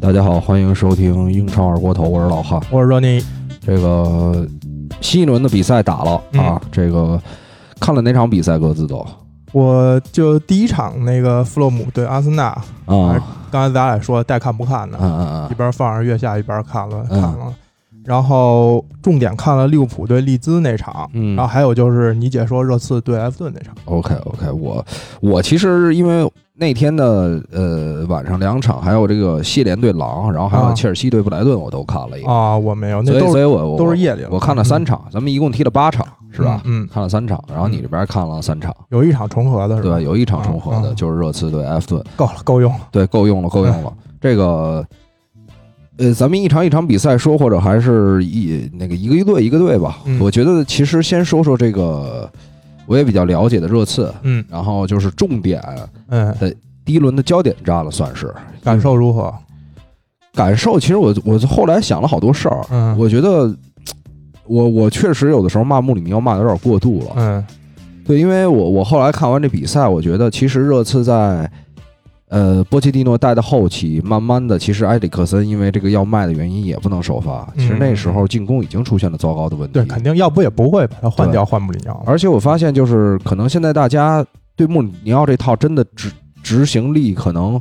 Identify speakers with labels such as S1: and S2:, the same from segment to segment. S1: 大家好，欢迎收听英超二锅头，我是老汉。
S2: 我是 Ronnie，
S1: 这个新一轮的比赛打了
S2: 嗯
S1: 啊，这个看了哪场比赛？各自都
S2: 我就第一场那个弗洛姆对阿森纳，
S1: 啊，
S2: 刚才咱俩说带看不看
S1: 嗯
S2: 呢，
S1: 嗯
S2: 一
S1: 嗯，
S2: 边放着月下一边看了看
S1: 嗯
S2: 了，然后重点看了利物浦对利兹那场，
S1: 嗯
S2: 然后还有就是你姐说热刺对埃弗顿那场，
S1: OK OK，我我其实因为那天的呃晚上两场，还有这个谢联对狼，然后还有
S2: 啊
S1: 切尔西对布莱顿，我都看了一个，
S2: 啊，我没有，那
S1: 哎所以
S2: 都
S1: 所
S2: 是
S1: 以我我
S2: 都是夜里了，
S1: 我看了三场，咱们一共踢了八场，
S2: 嗯，
S1: 是吧？
S2: 嗯，嗯
S1: 看了三场，然后你这边看了三场，
S2: 有一场重合的是
S1: 对
S2: 吧？
S1: 吧？有一场重合
S2: 啊
S1: 的，
S2: 啊
S1: 就是热刺对埃弗顿，
S2: 够了，够用了，
S1: 对，够用了，够用 了。这个，呃，咱们一场一场比赛说，或者还是一那个一个一队一个队吧。
S2: 嗯
S1: 我觉得其实先说说这个，我也比较了解的热刺，
S2: 嗯
S1: 然后就是重点
S2: 嗯，
S1: 第一轮的焦点战了，算是
S2: 感受如何？
S1: 感受。其实我我后来想了好多事儿，
S2: 嗯，
S1: 我觉得。我我确实有的时候骂穆里尼奥骂的有点过度了，
S2: 嗯
S1: 对，因为我我后来看完这比赛，我觉得其实热刺在呃波切蒂诺带的后期，慢慢的，其实埃里克森因为这个要卖的原因也不能首发。其实那时候进攻已经出现了糟糕的问题。
S2: 嗯对，肯定要不也不会把他换
S1: 对
S2: 掉换穆里尼奥了，
S1: 而且我发现，就是可能现在大家对穆里尼奥这套真的执执行力可能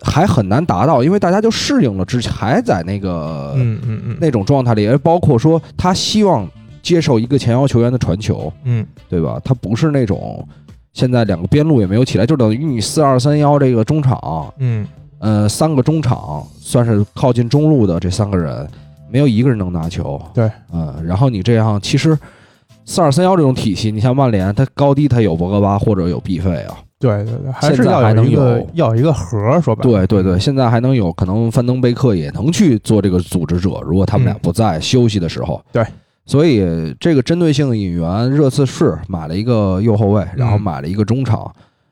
S1: 还很难达到，因为大家就适应了之前还在那个、
S2: 嗯嗯嗯，
S1: 那种状态里，而包括说他希望接受一个前腰球员的传球，
S2: 嗯
S1: 对吧？他不是那种现在两个边路也没有起来，就等于你四二三幺这个中场，
S2: 嗯
S1: 呃，三个中场算是靠近中路的这三个人，没有一个人能拿球。
S2: 对，
S1: 嗯，然后你这样其实四二三幺这种体系，你像曼联，他高低他有博格巴或者有毕费啊，
S2: 对对对，还
S1: 现
S2: 是
S1: 在还
S2: 要有
S1: 能
S2: 一个
S1: 有
S2: 要有一个核儿，说白了，
S1: 对对对，现在还能有可能范登贝克也能去做这个组织者，如果他们俩
S2: 嗯
S1: 不在、休息的时候。
S2: 对，
S1: 所以这个针对性引援，热刺是买了一个右后卫，然后
S2: 嗯
S1: 买了一个中场，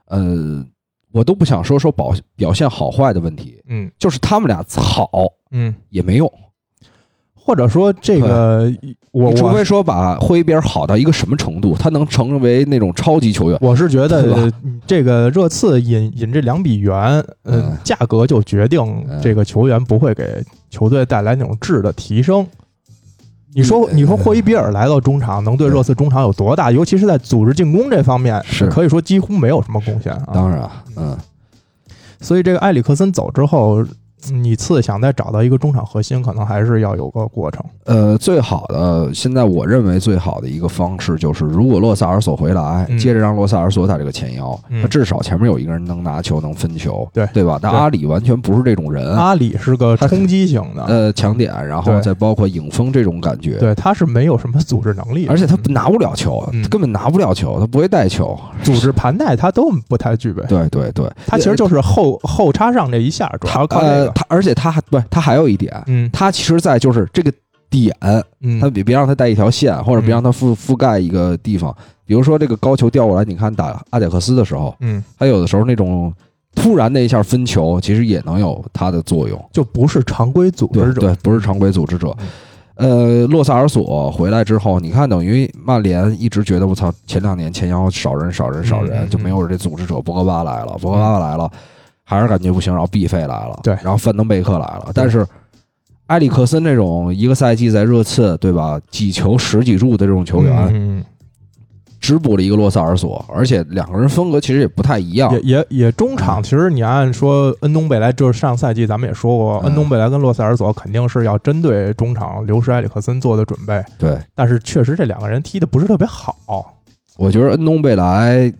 S1: 呃，我都不想说说保表现好坏的问题，
S2: 嗯
S1: 就是他们俩好
S2: 嗯，
S1: 也没用，
S2: 或者说这个我
S1: 你除
S2: 我
S1: 非说把霍伊比尔好到一个什么程度，他能成为那种超级球员。
S2: 我是觉
S1: 对
S2: 得嗯这个热刺引引这两笔元，
S1: 嗯
S2: 嗯，价格就决定
S1: 嗯
S2: 这个球员不会给球队带来那种质的提升。你说，
S1: 嗯
S2: 你说霍伊比尔来到中场能对热刺中场有多大？尤其是在组织进攻这方面，
S1: 是
S2: 可以说几乎没有什么贡献啊。
S1: 当然，嗯，
S2: 所以这个埃里克森走之后，你次想再找到一个中场核心，可能还是要有个过程。
S1: 呃，最好的现在我认为最好的一个方式就是，如果洛萨尔索回来，
S2: 嗯
S1: 接着让洛萨尔索打这个前腰，
S2: 嗯
S1: 他至少前面有一个人能拿球、能分球，
S2: 对
S1: 对吧？但
S2: 对
S1: 阿里完全不是这种人，
S2: 阿里是个
S1: 他是
S2: 冲击型的，
S1: 呃，强点，然后
S2: 对
S1: 再包括影锋这种感觉，
S2: 对，他是没有什么组织能力的，
S1: 而且他拿不了球，
S2: 嗯
S1: 他根本拿不了球，他不会带球，
S2: 组织盘带他都不太具备。
S1: 对对对，
S2: 他其实就是后后插上这一下，主要靠这
S1: 呃，
S2: 个。
S1: 他而且他还不是他还有一点，
S2: 嗯
S1: 他其实，在就是这个点，
S2: 嗯，
S1: 他别别让他带一条线，或者别
S2: 嗯
S1: 让他覆覆盖一个地方。比如说这个高球调过来，你看打阿贾克斯的时候，
S2: 嗯
S1: 他有的时候那种突然的一下分球，其实也能有它的作用。
S2: 就不是常规组
S1: 对
S2: 织者。嗯
S1: 对，不是常规组织者。呃，洛萨尔索回来之后，你看，等于曼联一直觉得我操，前两年前腰少人少人少
S2: 嗯
S1: 人，
S2: 嗯
S1: 就没有这组织者。博格巴来了，博格巴来了，还是感觉不行。然后毕费来了，
S2: 对
S1: 然后范登贝克来了，但是埃里克森这种一个赛季在热刺对吧，几球十几助的这种球员，
S2: 嗯，
S1: 只补了一个洛萨尔索，而且两个人风格其实也不太一样
S2: 也。也也中
S1: 啊
S2: 场，其实你按说恩东贝莱，就是上赛季咱们也说过，
S1: 嗯
S2: 恩东贝莱跟洛塞尔索肯定是要针对中场流失埃里克森做的准备，
S1: 对，
S2: 但是确实这两个人踢的不是特别好。
S1: 我觉得恩东贝莱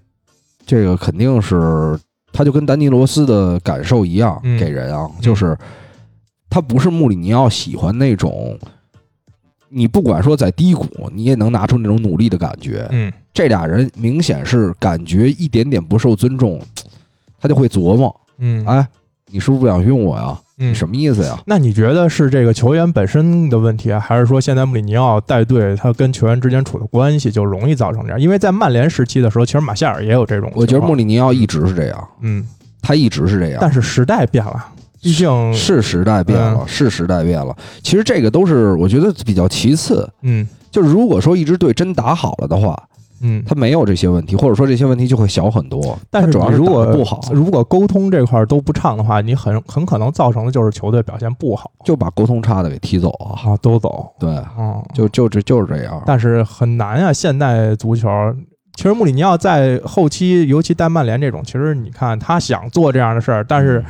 S1: 这个肯定是，他就跟丹尼罗斯的感受一样，
S2: 嗯
S1: 给人啊，就是他不是穆里尼奥喜欢那种，你不管说在低谷，你也能拿出那种努力的感觉。
S2: 嗯
S1: 这俩人明显是感觉一点点不受尊重，他就会琢磨，
S2: 嗯
S1: 哎，你是不是不想用我呀？你
S2: 嗯，
S1: 什么意思呀？
S2: 那你觉得是这个球员本身的问题啊，还是说现在穆里尼奥带队他跟球员之间处的关系就容易造成这样？因为在曼联时期的时候，其实马夏尔也有这种情况。
S1: 我觉得穆里尼奥一直是这样，
S2: 嗯，
S1: 他一直是这样。
S2: 但是时代变了，毕竟
S1: 是时代变了，
S2: 嗯
S1: 是时代变了。其实这个都是我觉得比较其次，
S2: 嗯
S1: 就是如果说一支队真打好了的话，
S2: 嗯，
S1: 他没有这些问题，或者说这些问题就会小很多。
S2: 但
S1: 他
S2: 是
S1: 主要
S2: 你
S1: 是
S2: 如
S1: 打
S2: 果
S1: 得不好，
S2: 如果沟通这块儿都不畅的话，你很很可能造成的就是球队表现不好
S1: 就把沟通差的给踢走啊。
S2: 啊，都走，
S1: 对，
S2: 嗯，
S1: 就就这就是这样。
S2: 但是很难啊，现代足球。其实穆里尼奥在后期，尤其带曼联这种，其实你看他想做这样的事儿，但是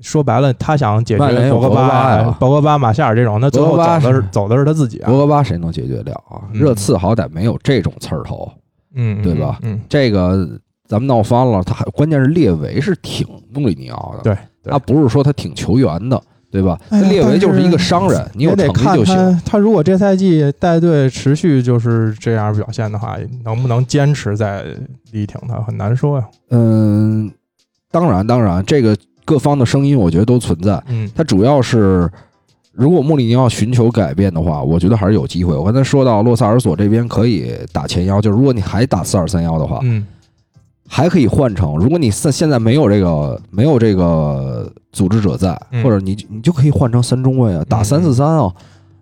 S2: 说白了，他想解
S1: 嗯
S2: 决
S1: 曼联有
S2: 博格
S1: 博格巴
S2: 巴
S1: 呀、
S2: 博格巴、马夏尔这种，那最后
S1: 博格巴
S2: 走的是
S1: 是
S2: 走的是他自己啊
S1: 博，格巴谁能解决了啊？
S2: 嗯
S1: 热刺好歹没有这种刺儿头，
S2: 嗯，嗯
S1: 对吧
S2: 嗯，
S1: 这个咱们闹翻了。他还关键是列维是挺穆里尼奥的，
S2: 对对
S1: 他不是说他挺球员的，对吧？
S2: 哎呀
S1: 列维就是一个商人，你有
S2: 也
S1: 成
S2: 得
S1: 绩
S2: 看
S1: 就行。
S2: 他他如果这赛季带队持续就是这样表现的话，能不能坚持在力挺他很难说呀。
S1: 嗯，当然当然，这个各方的声音我觉得都存在。
S2: 嗯
S1: 他主要是，如果穆里尼奥寻求改变的话，我觉得还是有机会。我刚才说到洛萨尔索这边可以打前腰，就是如果你还打四二三幺的话，
S2: 嗯
S1: 还可以换成，如果你现现在没有这个没有这个组织者在，
S2: 嗯
S1: 或者你你就可以换成三中卫啊，打
S2: 嗯
S1: 三四三啊，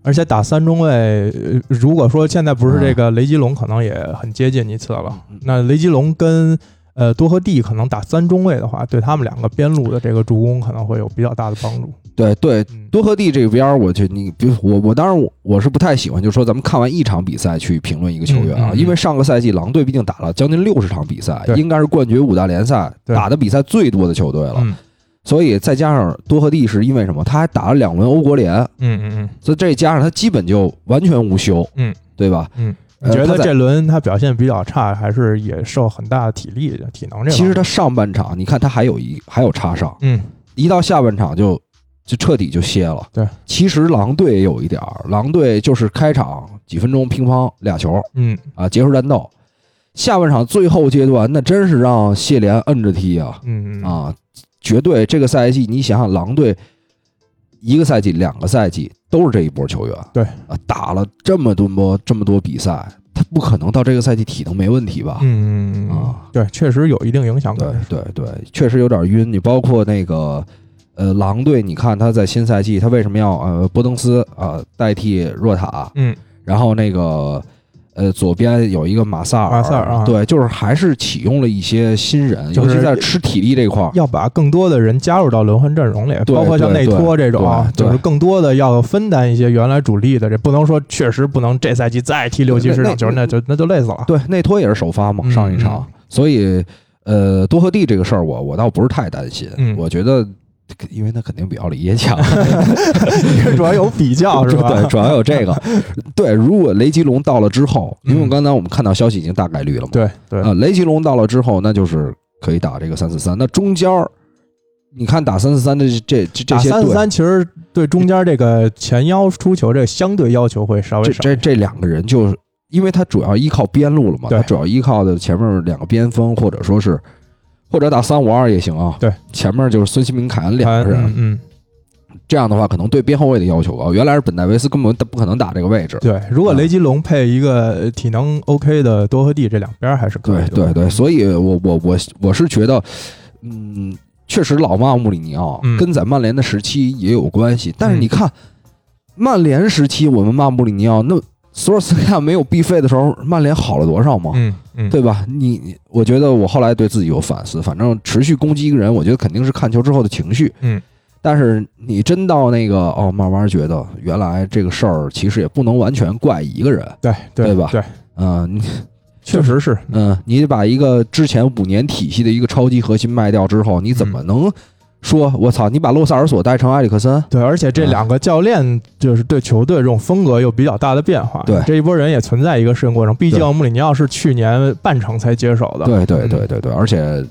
S2: 而且打三中卫，呃如果说现在不是这个雷吉隆，可能也很接近尼次了。
S1: 嗯
S2: 那雷吉隆跟呃多和蒂可能打三中卫的话，对他们两个边路的这个助攻可能会有比较大的帮助。
S1: 对对。
S2: 嗯，
S1: 多赫蒂这边儿，我就你比我我当然我我是不太喜欢，就说咱们看完一场比赛去评论一个球员啊
S2: 嗯，嗯嗯
S1: 因为上个赛季狼队毕竟打了将近六十场比赛，
S2: 对
S1: 应该是冠绝五大联赛
S2: 对
S1: 打的比赛最多的球队了。
S2: 嗯
S1: 所以再加上多赫蒂是因为什么？他还打了两轮欧国联，
S2: 嗯嗯嗯
S1: 所以这加上他基本就完全无休，
S2: 嗯，
S1: 对吧？
S2: 嗯。
S1: 呃
S2: 你觉
S1: 他
S2: 得
S1: 在
S2: 这轮他表现比较差，还是也受很大的体力、体能这方面？
S1: 其实他上半场你看他还有一还有插上，
S2: 嗯，
S1: 一到下半场就就彻底就歇了。
S2: 对，
S1: 其实狼队也有一点儿，狼队就是开场几分钟乒乓俩球
S2: 嗯，
S1: 啊，结束战斗。下半场最后阶段，那真是让谢怜摁着踢啊
S2: 嗯，
S1: 啊！绝对这个赛季，你想想狼队一个赛季、两个赛季都是这一波球员，
S2: 对
S1: 啊，打了这么多波这么多比赛，他不可能到这个赛季体能没问题吧？
S2: 嗯
S1: 啊，
S2: 对，确实有一定影响
S1: 对
S2: 可能是。
S1: 对对，确实有点晕。你包括那个呃，狼队，你看他在新赛季他为什么要呃波登斯啊、呃代替若塔，
S2: 嗯，
S1: 然后那个呃左边有一个马萨尔，
S2: 马萨尔啊
S1: 对，就是还是启用了一些新人，
S2: 就是
S1: 尤其在吃体力这块儿。
S2: 要把更多的人加入到轮换阵容里，
S1: 对
S2: 包括像内托这种啊，
S1: 对对
S2: 就是更多的要分担一些原来主力的。这不能说确实不能这赛季再踢六七十场球，
S1: 那
S2: 那就那就累死了。
S1: 对，内托也是首发嘛，
S2: 嗯
S1: 上一场，所以呃多赫蒂这个事儿我我倒不是太担心，
S2: 嗯
S1: 我觉得。因为他肯定比奥里耶 强，
S2: 主要有比 较哦是吧？
S1: 对，主要有这 个。对，如果雷吉隆到了之后，因为我刚才我们看到消息已经大概率了嘛。
S2: 嗯对对
S1: 啊，雷吉隆到了之后，那就是可以打这个三四三。那中间儿，你看打三四三的这这这
S2: 打
S1: 些
S2: 三四
S1: 队，
S2: 三其实对中间这个前腰出球这个相对要求会稍微
S1: 这
S2: 少一
S1: 这
S2: 点。
S1: 这两个人就是，因为他主要依靠边路了嘛，
S2: 对
S1: 他主要依靠的前面两个边锋，或者说是或者打三五二也行啊。
S2: 对，
S1: 前面就是孙兴民、凯恩两
S2: 嗯
S1: 个人，
S2: 嗯，
S1: 这样的话可能对边后卫的要求高。原来是本戴维斯根本不可能打这个位置。
S2: 对。如果
S1: 啊
S2: 雷吉隆配一个体能 OK 的多和蒂，这两边还是可
S1: 对
S2: 以
S1: 对
S2: 的。
S1: 对，所以我我我我是觉得，嗯，确实老骂穆里尼奥、
S2: 嗯
S1: 跟在曼联的时期也有关系，但是你看，曼联时期我们骂穆里尼奥，那索尔斯克亚没有必费的时候，曼联好了多少吗？
S2: 嗯嗯，
S1: 对吧？你你我觉得我后来对自己有反思，反正持续攻击一个人，我觉得肯定是看球之后的情绪。
S2: 嗯，
S1: 但是你真到那个哦，慢慢觉得原来这个事儿其实也不能完全怪一个人。
S2: 对
S1: 对吧
S2: 对，
S1: 嗯、你
S2: 确实是。
S1: 嗯，你把一个之前五年体系的一个超级核心卖掉之后，你怎
S2: 嗯
S1: 么能说我操？你把洛萨尔索带成埃里克森？
S2: 对，而且这
S1: 嗯
S2: 两个教练就是对球队这种风格有比较大的变化。
S1: 对
S2: 这一波人也存在一个适应过程。毕
S1: 对
S2: 竟穆里尼奥是去年半程才接手的。
S1: 对对对对对，而且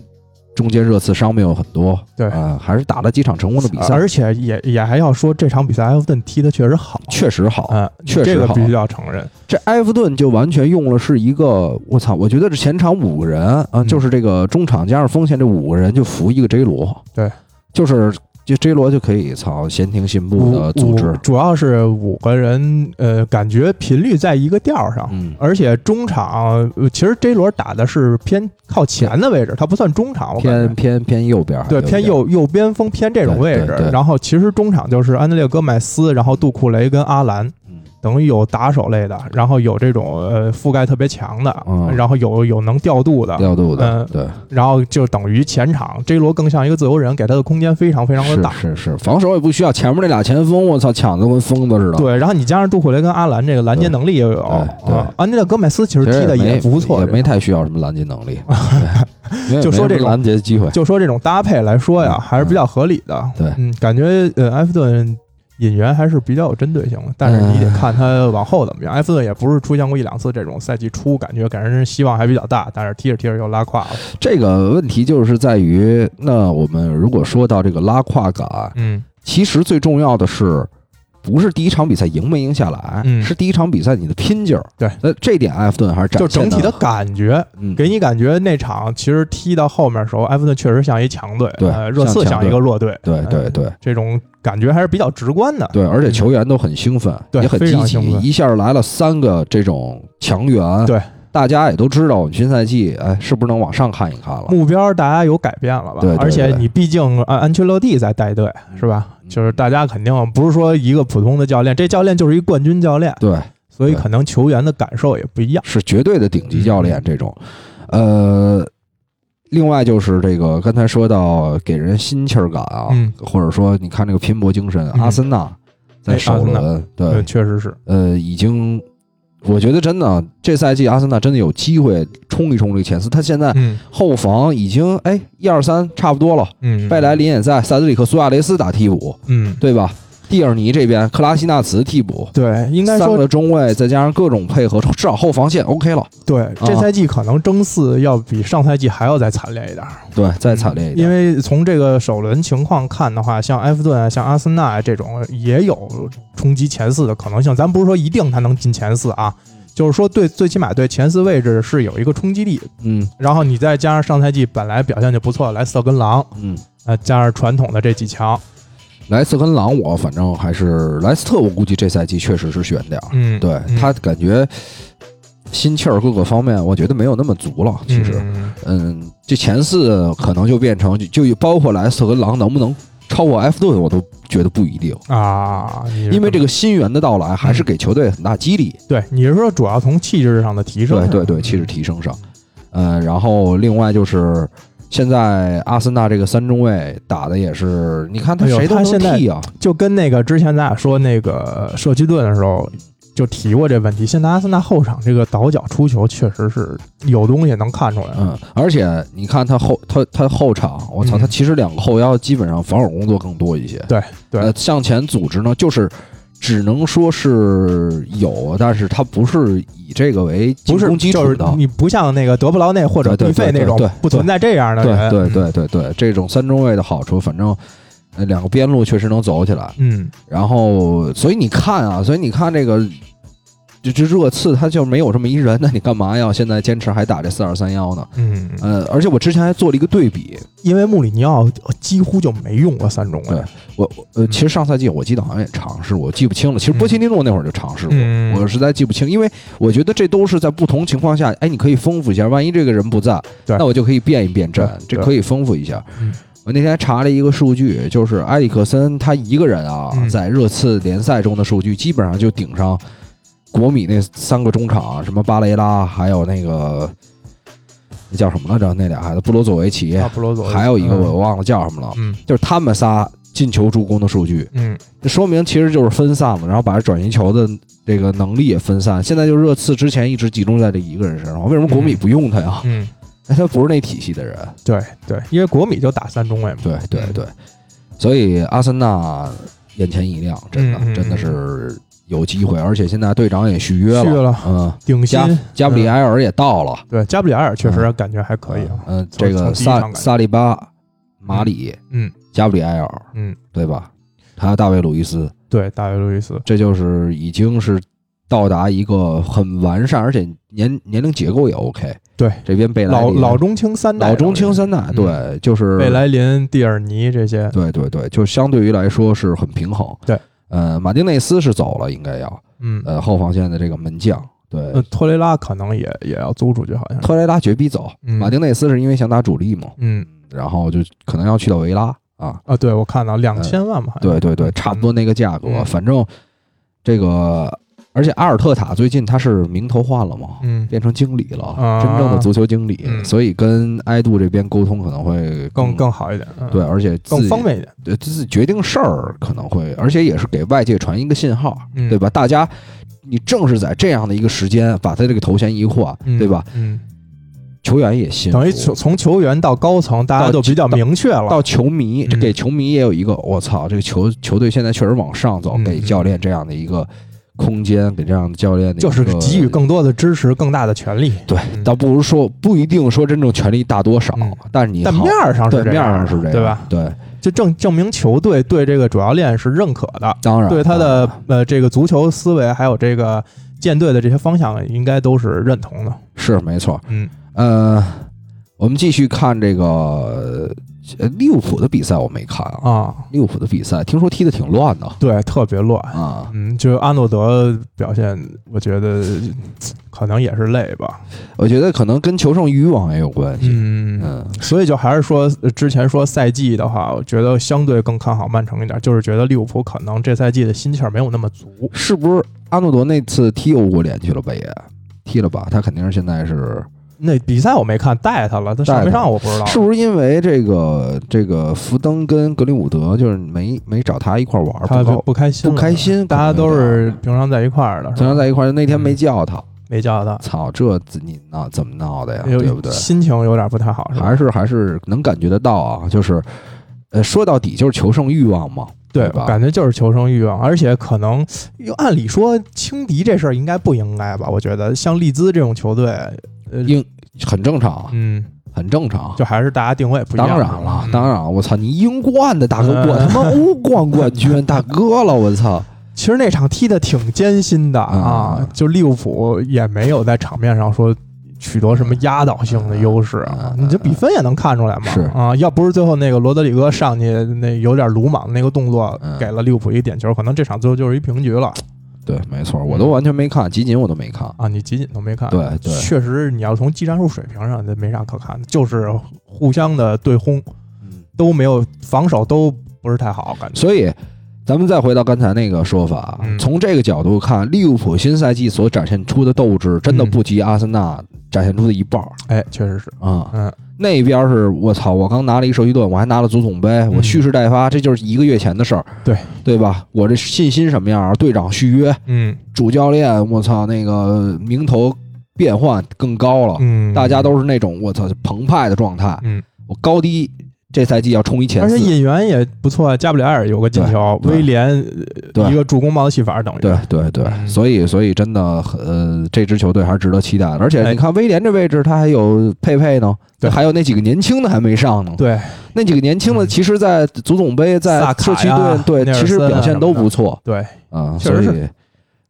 S1: 中间热刺伤病有很多，
S2: 对呃
S1: 啊、还是打了几场成功的比赛，
S2: 而且也也还要说，这场比赛埃弗顿踢的确实好，
S1: 确实好。
S2: 嗯，
S1: 确实
S2: 这个
S1: 好
S2: 必须要承认。
S1: 这埃弗顿就完全用了是一个，我操！我觉得这前场五个人啊，
S2: 嗯
S1: 就是这个中场加上锋线这五个人就服一个 J 罗，
S2: 对，
S1: 就是就 J 罗就可以操闲庭信步的组
S2: 五
S1: 织，
S2: 主要是五个人，呃，感觉频率在一个调儿上。
S1: 嗯，
S2: 而且中场，呃其实 J 罗打的是偏靠前的位置，他不算中场，我感觉
S1: 偏偏偏右边，
S2: 对，偏
S1: 右边。
S2: 右右边锋偏这种
S1: 啊对
S2: 位
S1: 对
S2: 置
S1: 对。
S2: 然后其实中场就是安德烈戈麦斯，然后杜库雷跟阿兰
S1: 嗯
S2: 等于有打手类的，然后有这种呃覆盖特别强的，
S1: 嗯
S2: 然后有有能调度的，
S1: 调度的，
S2: 嗯
S1: 对，
S2: 然后就等于前场 J 罗更像一个自由人，给他的空间非常非常的大。
S1: 是是是，防守也不需要，前面那俩前锋，我操，抢的跟疯子似的。，
S2: 对，然后你加上杜库雷跟阿兰这个拦截能力也有，
S1: 对对
S2: 啊，安内特戈麦斯其实
S1: 其实
S2: 踢的
S1: 也没
S2: 不错，
S1: 也没
S2: 这个
S1: 太需要什么拦截能 力，对因为
S2: 就
S1: 没什
S2: 说这
S1: 么
S2: 种
S1: 拦截机会。
S2: 就说这种搭配来说呀，
S1: 嗯
S2: 还是比较合理的。
S1: 对
S2: 嗯，感觉呃，埃弗顿引援还是比较有针对性的，但是你得
S1: 嗯
S2: 看他往后怎么样。埃弗顿也不是出现过一两次这种赛季初感觉给人希望还比较大，但是踢着踢着又拉胯了。
S1: 这个问题就是在于，那我们如果说到这个拉胯感，
S2: 嗯
S1: 其实最重要的是，不是第一场比赛赢没赢下来，
S2: 嗯
S1: 是第一场比赛你的拼劲儿。
S2: 对，
S1: 那这点埃弗顿还是展
S2: 就
S1: 现
S2: 整体的感觉，
S1: 嗯
S2: 给你感觉那场其实踢到后面的时候，埃弗顿确实像一强队，
S1: 对
S2: 呃，热
S1: 像
S2: 刺
S1: 强
S2: 像一个弱队，
S1: 对对
S2: 呃
S1: 对
S2: 这种感觉还是比较直观的。
S1: 对，而且球员都很兴奋，
S2: 嗯对
S1: 也很
S2: 非
S1: 积
S2: 常
S1: 极
S2: 兴，奋
S1: 一下来了三个这种强援，
S2: 对，
S1: 大家也都知道我们新赛季哎是不是能往上看一看了？
S2: 目标大家有改变了吧？
S1: 对对对
S2: 而且你毕竟呃安安切洛蒂在带队，是吧？
S1: 嗯
S2: 就是大家肯定不是说一个普通的教练，这教练就是一冠军教练，
S1: 对，
S2: 所以
S1: 对
S2: 可能球员的感受也不一样。
S1: 是绝对的顶级教
S2: 嗯
S1: 练这种。呃，另外就是这个刚才说到给人心气儿感啊，
S2: 嗯
S1: 或者说你看这个拼搏精神，
S2: 嗯
S1: 阿森纳在首
S2: 哎阿
S1: 轮、
S2: 对，
S1: 对
S2: 确实是。
S1: 呃已经。我觉得真的，这赛季阿森纳真的有机会冲一冲这个前四。他现在
S2: 嗯
S1: 后防已经哎一二三差不多了，
S2: 嗯，
S1: 贝莱林也在，塞德里克苏亚雷斯打替补，
S2: 嗯，
S1: 对吧？蒂尔尼这边克拉西纳茨替补，
S2: 对，应该
S1: 三
S2: 说
S1: 个中卫再加上各种配合，至少后防线 OK 了。
S2: 对，这
S1: 啊
S2: 赛季可能争四要比上赛季还要再惨烈一点儿。
S1: 对，再惨烈一点。
S2: 因为从这个首轮情况看的话，像埃弗顿啊、像阿森纳啊这种也有冲击前四的可能性。咱不是说一定他能进前四啊，就是说对最起码对前四位置是有一个冲击力。
S1: 嗯
S2: 然后你再加上上赛季本来表现就不错的莱斯特跟狼，
S1: 嗯，
S2: 呃，加上传统的这几强，
S1: 莱斯特跟狼，我反正还是莱斯特，我估计这赛季确实是悬点儿。
S2: 嗯，
S1: 对
S2: 嗯
S1: 他感觉心气儿各个方面，我觉得没有那么足了。其实，
S2: 嗯
S1: 嗯，这前四可能就变成就就包括莱斯特跟狼能不能超过埃弗顿，我都觉得不一定。
S2: 啊，
S1: 因为这
S2: 个
S1: 个新援的到来，还是给球队很大激励。
S2: 对你是说主要从气质上的提升
S1: 对
S2: 是吧，
S1: 对对，气质提升上。嗯，然后另外就是现在阿森纳这个三中卫打的也是，你看他
S2: 哎呦
S1: 谁都
S2: 他
S1: 能
S2: 现在
S1: 踢啊。
S2: 就跟那个之前咱俩说那个社区盾的时候，就提过这问题。现在阿森纳后场这个倒脚出球确实是有东西能看出来，
S1: 嗯，而且你看他后他他后场，我操，
S2: 嗯
S1: 他其实两个后腰基本上防守工作更多一些。
S2: 对对
S1: 呃，向前组织呢，就是只能说是有，但是他不是以这个为进
S2: 不是
S1: 攻基础
S2: 就是
S1: 的。
S2: 你不像那个德布劳内或者
S1: 对
S2: 蒂
S1: 对
S2: 费
S1: 对
S2: 那种
S1: 对对
S2: 不存在这样的
S1: 对
S2: 人，
S1: 对对对对，这种三中卫的好处，反正呃两个边路确实能走起来。
S2: 嗯，
S1: 然后，所以你看啊，所以你看这个。这这热刺他就没有这么一人，那你干嘛要现在坚持还打这四二三幺呢？
S2: 嗯嗯，
S1: 呃，而且我之前还做了一个对比，
S2: 因为穆里尼奥几乎就没用过三中卫
S1: 对，我我
S2: 嗯
S1: 呃，其实上赛季我记得好像也尝试过，我记不清了。其实波切蒂诺那会儿就尝试过，
S2: 嗯
S1: 我实在记不清，因为我觉得这都是在不同情况下，哎，你可以丰富一下。万一这个人不在，
S2: 对
S1: 那我就可以变一变阵，
S2: 对
S1: 这
S2: 对
S1: 可以丰富一下
S2: 嗯。
S1: 我那天还查了一个数据，就是埃里克森他一个人啊，
S2: 嗯
S1: 在热刺联赛中的数据基本上就顶上国米那三个中场，什么巴雷拉，还有那个那叫什么来着？那俩孩子布罗佐维奇，
S2: 阿啊布罗佐维奇
S1: 还有一个我忘了叫什么了。
S2: 嗯
S1: 就是他们仨进球助攻的数据，
S2: 嗯
S1: 这说明其实就是分散了，然后把转移球的这个能力也分散。现在就热刺之前一直集中在这一个人身上，为什么国米不用他呀？
S2: 嗯，
S1: 哎，他不是那体系的人。
S2: 对对，因为国米就打三中卫嘛，
S1: 对对对，所以阿森纳眼前一亮，真
S2: 嗯嗯
S1: 的
S2: 嗯
S1: 真的是有机会，而且现在队长也续约
S2: 续
S1: 了，
S2: 了
S1: 嗯，
S2: 顶薪
S1: 加，加布里埃尔也到了，
S2: 对加布里埃尔确实感觉还可以啊，
S1: 嗯，
S2: 从
S1: 这个
S2: 从第一场
S1: 萨
S2: 感觉
S1: 萨利巴、马里、
S2: 嗯
S1: 加布里埃尔，
S2: 嗯，
S1: 对吧？还有大卫·鲁伊斯，
S2: 对，大卫路易斯，
S1: 这就是已经是到达一个很完善，而且年年龄结构也 OK。
S2: 对，
S1: 这边贝莱
S2: 老
S1: 利
S2: 老嗯中青三代，
S1: 老中青三代，对，就是
S2: 贝，莱林、蒂尔尼这些，
S1: 对对对，就相对于来说是很平衡。
S2: 对，
S1: 呃，马丁内斯是走了，应该要
S2: 嗯，
S1: 呃后防线的这个门将，对
S2: 呃，，托雷拉可能也也要租出去，好像是，
S1: 托雷拉绝逼走，
S2: 嗯
S1: 马丁内斯是因为想打主力嘛，
S2: 嗯，
S1: 然后就可能要去到维拉啊，
S2: 啊，哎对我看到两千万吧，好像
S1: 对对对，差不多那个价格，
S2: 嗯
S1: 反正这个而且阿尔特塔最近他是名头换了嘛，
S2: 嗯，
S1: 变成经理了，
S2: 啊
S1: 真正的足球经理，
S2: 嗯
S1: 所以跟埃杜这边沟通可能会
S2: 更更好一点，嗯
S1: 对，而且自
S2: 更
S1: 己
S2: 方便一点，
S1: 呃自己决定事儿可能会，而且也是给外界传一个信号，
S2: 嗯
S1: 对吧？大家，你正是在这样的一个时间把他这个头衔一换，
S2: 嗯
S1: 对吧？？
S2: 嗯，
S1: 球员也信服，
S2: 等于从从球员到高层，大家
S1: 到
S2: 都比较明确了，
S1: 到球迷，
S2: 嗯
S1: 给球迷也有一个我操，这个球球队现在确实往上走，
S2: 嗯
S1: 给教练这样的一个空间，给这样的教练的一
S2: 就
S1: 个
S2: 是给予更多的支持，更大的权利。
S1: 对
S2: 嗯，
S1: 倒不如说不一定说真正权力大多少
S2: 嗯，
S1: 但是你
S2: 但
S1: 好
S2: 面儿上
S1: 对
S2: 是这
S1: 面
S2: 样
S1: 儿上
S2: 的
S1: 是这样，
S2: 对吧？？
S1: 对，
S2: 就证证明球队对这个主教练是认可的，
S1: 当然啊
S2: 对他
S1: 当然
S2: 的呃这个足球思维还有这个舰队的这些方向应该都是认同的。
S1: 是没错，
S2: 嗯
S1: 呃，我们继续看这个呃利物浦的比赛，我没看啊。
S2: 啊，
S1: 利物浦的比赛听说踢得挺乱的
S2: 对，特别乱。
S1: 啊，
S2: 嗯，就是阿诺德表现，我觉得可能也是累吧。
S1: 我觉得可能跟求胜欲望也有关系。
S2: 嗯，
S1: 嗯，
S2: 所以就还是说呃之前说赛季的话，我觉得相对更看好曼城一点，就是觉得利物浦可能这赛季的心气儿没有那么足。
S1: 是不是阿诺德那次踢欧国联去了吧？也踢了吧？他肯定是现在是
S2: 那比赛我没看，带他了，他上没上我不知道。
S1: 是不是因为这个这个福登跟格林伍德就是没没找他一块儿玩儿，
S2: 他
S1: 不
S2: 就
S1: 高
S2: 不开心
S1: 不
S2: 了，
S1: 开心，
S2: 大家都
S1: 可能有点儿
S2: 是平常在一块儿的，
S1: 经常在一块儿，那天没
S2: 嗯
S1: 叫他，
S2: 没叫他，
S1: 操，这怎你闹怎么闹的呀？
S2: 有
S1: 对不对？
S2: 心情有点不太好，是吧？
S1: 还是还是能感觉得到啊，就是，呃，说到底就是求胜欲望嘛，
S2: 对，
S1: 吧？
S2: 感觉就是求生欲望，而且可能，又按理说轻敌这事儿应该不应该吧？我觉得像利兹这种球队，呃，
S1: 应很正常啊，
S2: 嗯，
S1: 很正常。
S2: 就还是大家定位不一
S1: 当
S2: 样。
S1: 然了，
S2: 嗯
S1: 当然了，我操，你英冠的大哥，
S2: 嗯
S1: 我他妈欧冠冠军大哥了，我 操！
S2: 其实那场踢得挺艰辛的啊
S1: 嗯，
S2: 就利物浦也没有在场面上说取得什么压倒性的优势啊
S1: 嗯，嗯
S2: 你这比分也能看出来嘛。
S1: 是
S2: 啊，要不是最后那个罗德里戈上去那有点鲁莽的那个动作
S1: 嗯，
S2: 给了利物浦一点球，可能这场最后就是一平局了
S1: 对，没错，我都完全没看，集锦我都没看。
S2: 嗯啊。你集锦都没看，
S1: 对对
S2: 确实你要从技战术水平上，这没啥可看的，就是互相的对轰
S1: 嗯
S2: 都没有，防守都不是太好，感觉。
S1: 所以，咱们再回到刚才那个说法啊，
S2: 嗯
S1: 从这个角度看，利物浦新赛季所展现出的斗志，真
S2: 嗯
S1: 的不及阿森纳展现出的一半儿
S2: 哎，确实是，
S1: 啊。
S2: 嗯，
S1: 那边是我操，我刚拿了一射击盾，我还拿了足总杯，我蓄势待发，这就是一个月前的事儿，
S2: 嗯对
S1: 对吧？我这信心什么样啊？队长续约，
S2: 嗯
S1: 主教练，我操，那个名头变换更高了，
S2: 嗯，
S1: 大家都是那啊种我操澎湃的状态，
S2: 嗯。
S1: 我高低这赛季要冲一前
S2: 而
S1: 四
S2: 且，引援也不错，加布里埃尔有个进球，
S1: 对对
S2: 威廉呃
S1: 对
S2: 一个助攻帽子戏法，等于
S1: 对对对，
S2: 嗯
S1: 所以所以真的很，呃，这支球队还是值得期待的。而且
S2: 哎
S1: 你看威廉这位置，他还有佩佩呢，
S2: 对
S1: 还有那几个年轻的还没上呢。
S2: 对
S1: 那几个年轻的，
S2: 嗯
S1: 其实，在足总杯、在
S2: 萨卡
S1: 社
S2: 呀
S1: 区队，
S2: 内
S1: 对，
S2: 尔森啊
S1: 其实表现都不错
S2: 对
S1: 啊。
S2: 确
S1: 所
S2: 实是
S1: 以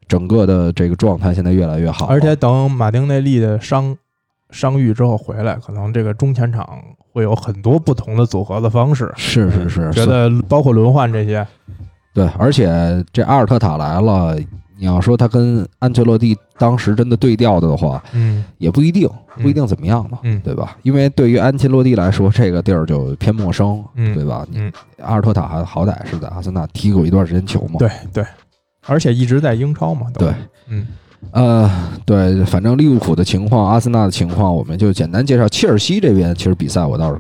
S1: 整个的这个状态现在越来越好。
S2: 而且等马丁内利的伤伤愈之后回来，可能这个中前场会有很多不同的组合的方式。
S1: 是是是，
S2: 嗯觉得包括轮换这些，
S1: 对，而且这阿尔特塔来了，你要说他跟安切洛蒂当时真的对调的话，
S2: 嗯
S1: 也不一定，
S2: 嗯
S1: 不一定怎么样嘛，
S2: 嗯
S1: 对吧？因为对于安切洛蒂来说，这个地儿就偏陌生，
S2: 嗯
S1: 对吧？你
S2: 嗯，
S1: 阿尔特塔还好歹是在阿森纳踢过一段时间球嘛，
S2: 对对，而且一直在英超嘛，都
S1: 对，
S2: 嗯
S1: 呃，对，反正利物浦的情况、阿森纳的情况，我们就简单介绍。切尔西这边其实比赛我倒是，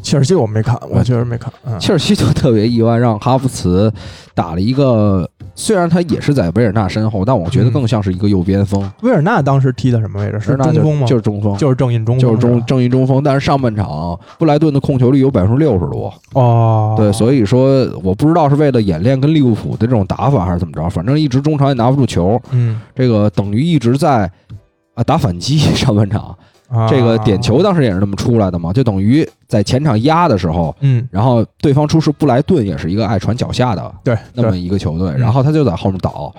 S2: 切尔西我没看，我确实没看，嗯
S1: 切尔西就特别意外，让哈弗茨打了一个，虽然他也是在维尔纳身后，但我觉得
S2: 嗯
S1: 更像是一个右边锋，
S2: 威尔纳当时踢的什么位置？嗯是
S1: 维尔纳
S2: 中
S1: 就
S2: 锋吗？
S1: 就是中锋。
S2: 就是正印中锋，
S1: 就是中
S2: 吧
S1: 正义中锋，但是上半场布莱顿的控球率有百分之六十多，
S2: 哦，
S1: 对，
S2: 以
S1: 所以说我不知道是为了演练跟利物浦的这种打法还是怎么着，反正一直中场也拿不住球，
S2: 嗯，
S1: 这个等于一直在啊打反击上半场，
S2: 啊
S1: 这个点球当时也是这么出来的嘛，就等于在前场压的时候，
S2: 嗯，
S1: 然后对方出示布莱顿也是一个爱传脚下的
S2: 对，
S1: 那
S2: 对
S1: 么一个球队，
S2: 嗯
S1: 然后他就在后面倒。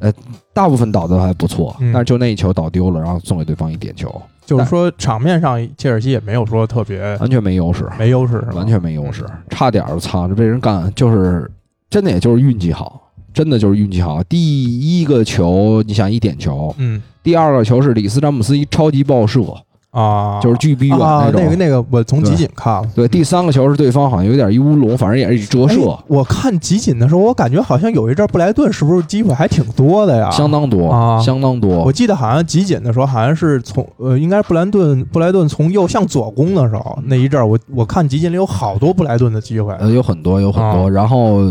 S1: 呃，大部分倒的还不错，
S2: 嗯
S1: 但是就那一球倒丢了，然后送给对方一点球，
S2: 就是说场面上切尔西也没有说特别
S1: 完全没优势，
S2: 没优势，是吧嗯
S1: 完全没优势，差点儿操，这被人干就是真的，也就是运气好，真的就是运气好。第一个球，你想一点球，
S2: 嗯
S1: 第二个球是里斯詹姆斯一超级爆射，
S2: 啊，
S1: 就是巨逼远
S2: 啊，
S1: 种。
S2: 那个那个，我从集锦看了。
S1: 对，第三个球是对方好像有点一乌龙，反正也是折射
S2: 哎，我看集锦的时候，我感觉好像有一阵儿布莱顿是不是机会还挺多的呀？
S1: 相当多，
S2: 啊
S1: 相当
S2: 我
S1: 多。
S2: 记得好像集锦的时候，好像是从呃，应该是布莱顿布莱顿从右向左攻的时候那一阵儿，我我看集锦里有好多布莱顿的机会。
S1: 呃，有很多，有很
S2: 啊
S1: 多。然后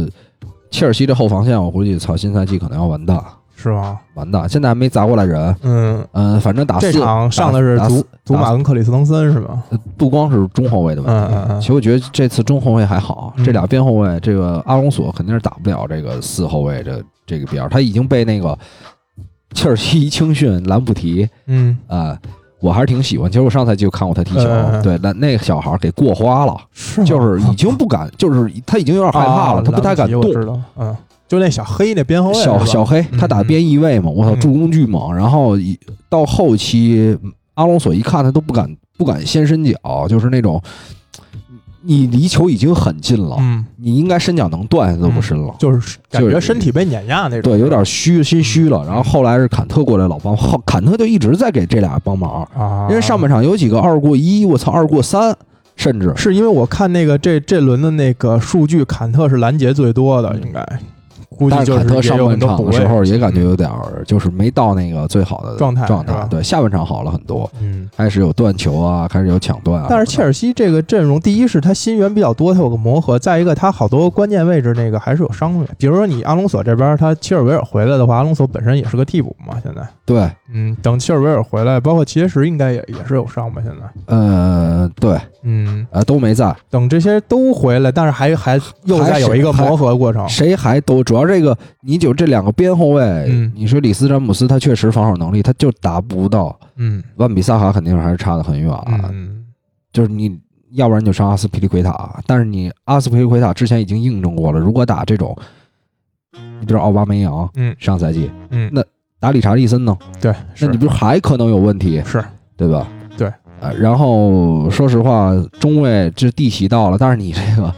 S1: 切尔西这后防线，我估计操，新赛季可能要完蛋，
S2: 是吗？
S1: 完蛋。现在还没砸过来人，
S2: 嗯，
S1: 嗯、反正打
S2: 这
S1: 四
S2: 场上的是
S1: 打打
S2: 祖
S1: 四
S2: 祖马跟克里斯滕森是吧？
S1: 呃不光是中后卫的问
S2: 嗯
S1: 题。
S2: 嗯嗯
S1: 其实我觉得这次中后卫还好，
S2: 嗯
S1: 这俩边后卫，这个阿隆索肯定是打不了这个四后卫这这个边儿，他已经被那个切尔西青训兰普提
S2: 嗯，
S1: 啊、我还是挺喜欢。其实我上赛季就看过他踢球，
S2: 嗯嗯嗯
S1: 对，那那个小孩儿给过花了，
S2: 是吗
S1: 就是已经不敢， 就是他已经有点害怕了，
S2: 啊
S1: 他不太敢
S2: 兰
S1: 动
S2: 普吉。我知道，嗯，就那小黑那边后卫是吧，
S1: 小小黑
S2: 嗯
S1: 他打边翼位嘛，我操，
S2: 嗯
S1: 助攻巨猛。然后一到后期，阿隆索一看他都不敢不敢先伸脚，就是那种你离球已经很近了，
S2: 嗯，
S1: 你应该伸脚能断，他都不伸了。
S2: 就是感觉身体被碾压那种，
S1: 对，有点虚，心虚
S2: 嗯
S1: 了。然后后来是坎特过来老帮，后坎特就一直在给这俩帮忙，
S2: 啊，
S1: 因为上半场有几个二过一，我操，二过三，甚至
S2: 是因为我看那个这这轮的那个数据，坎特是拦截最多的，应该估
S1: 嗯
S2: 计
S1: 但
S2: 就是
S1: 坎特
S2: 是也
S1: 上
S2: 有很
S1: 半
S2: 多
S1: 场
S2: 补
S1: 的
S2: 位
S1: 时，候也感觉有点儿，就是没到那个最好的
S2: 状态
S1: 状
S2: 是吧
S1: 态。对，下半场好了很多，
S2: 嗯。
S1: 开始有断球啊，开始有抢断啊。
S2: 但是切
S1: 尔
S2: 尔西这个阵容，第一是他新援比较多，他有个磨合；再一个，他好多关键位置那个还是有伤的。比如说你阿隆索这边，他切尔维尔回来的话，阿隆索本身也是个替补嘛。现在，
S1: 对，
S2: 嗯，等切尔维尔回来，包括切什应该也也是有伤吧？现在，
S1: 呃，对，
S2: 嗯，
S1: 呃，都没在，
S2: 等这些都回来，但是还还又再有一个磨合过程。
S1: 谁还都主要这个，你就这两个边后卫，
S2: 嗯
S1: 你说里斯詹姆斯他确实防守能力，他就达不到
S2: 嗯
S1: 万比萨卡，肯定还是差得很远啊。
S2: 嗯
S1: 就是你要不然你就上阿斯皮利奎塔，但是你阿斯皮利奎塔之前已经印证过了，如果打这种，你比如奥巴梅扬，
S2: 嗯
S1: 上赛季
S2: 嗯，
S1: 打理查利森呢，
S2: 对，
S1: 那
S2: 是
S1: 你不是还可能有问题，
S2: 是
S1: 对吧？
S2: 对，
S1: 呃，然后说实话，中卫这地席到了，但是你这个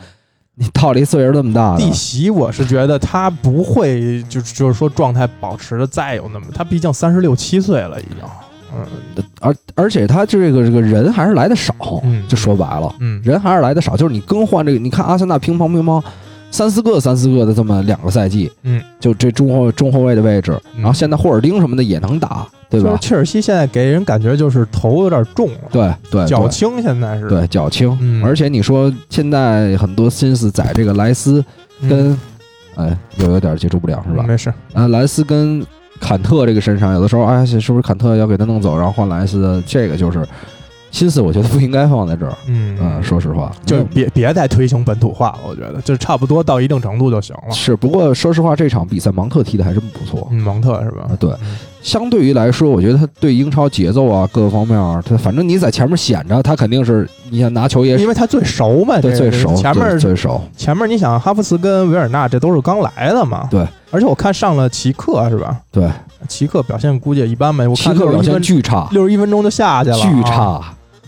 S1: 你到了一岁数这么大的
S2: 弟，媳，我是觉得他不会，就是就是说状态保持的再有那么，他毕竟三十六七岁了已经，嗯
S1: 而而且他这个这个人还是来的少，
S2: 嗯
S1: 就说白了，
S2: 嗯，
S1: 人还是来的少，就是你更换这个，你看阿森纳乒乓乒乓。三四个、三四个的这么两个赛季，
S2: 嗯，
S1: 就这中后中后卫的位置，
S2: 嗯
S1: 然后现在霍尔丁什么的也能打，对
S2: 就是
S1: 吧？
S2: 切尔西现在给人感觉就是头有点重了，
S1: 对对
S2: 脚
S1: 对
S2: 轻，现在是，
S1: 对脚轻，
S2: 嗯
S1: 而且你说现在很多心思在这个莱斯
S2: 嗯
S1: 跟，哎，又有点接触不良是吧？
S2: 没事，
S1: 啊，莱斯跟坎特这个身上，有的时候哎，是不是坎特要给他弄走，然后换莱斯的？这个就是心思，我觉得不应该放在这儿。
S2: 嗯
S1: 嗯，说实话，
S2: 就是别别再推行本土化了，我觉得就是差不多到一定程度就行了。
S1: 是，不过说实话，这场比赛芒特踢的还真不错。
S2: 嗯，蒙特是吧嗯
S1: 啊？对，相对于来说，我觉得他对英超节奏啊各个方面儿，他反正你在前面显着，他肯定是你想拿球也
S2: 因为他最熟嘛，
S1: 对
S2: 这
S1: 最
S2: 个
S1: 熟，
S2: 前
S1: 对
S2: 面
S1: 最熟，
S2: 前面你想哈弗茨跟维尔纳这都是刚来的嘛，
S1: 对，
S2: 而且我看上了齐克是吧？
S1: 对，
S2: 齐克表现估计也一般呗，我
S1: 齐
S2: 看
S1: 克表
S2: 61
S1: 现
S2: 分
S1: 巨差，
S2: 六十一分钟就下去了，
S1: 巨
S2: 啊。
S1: 差，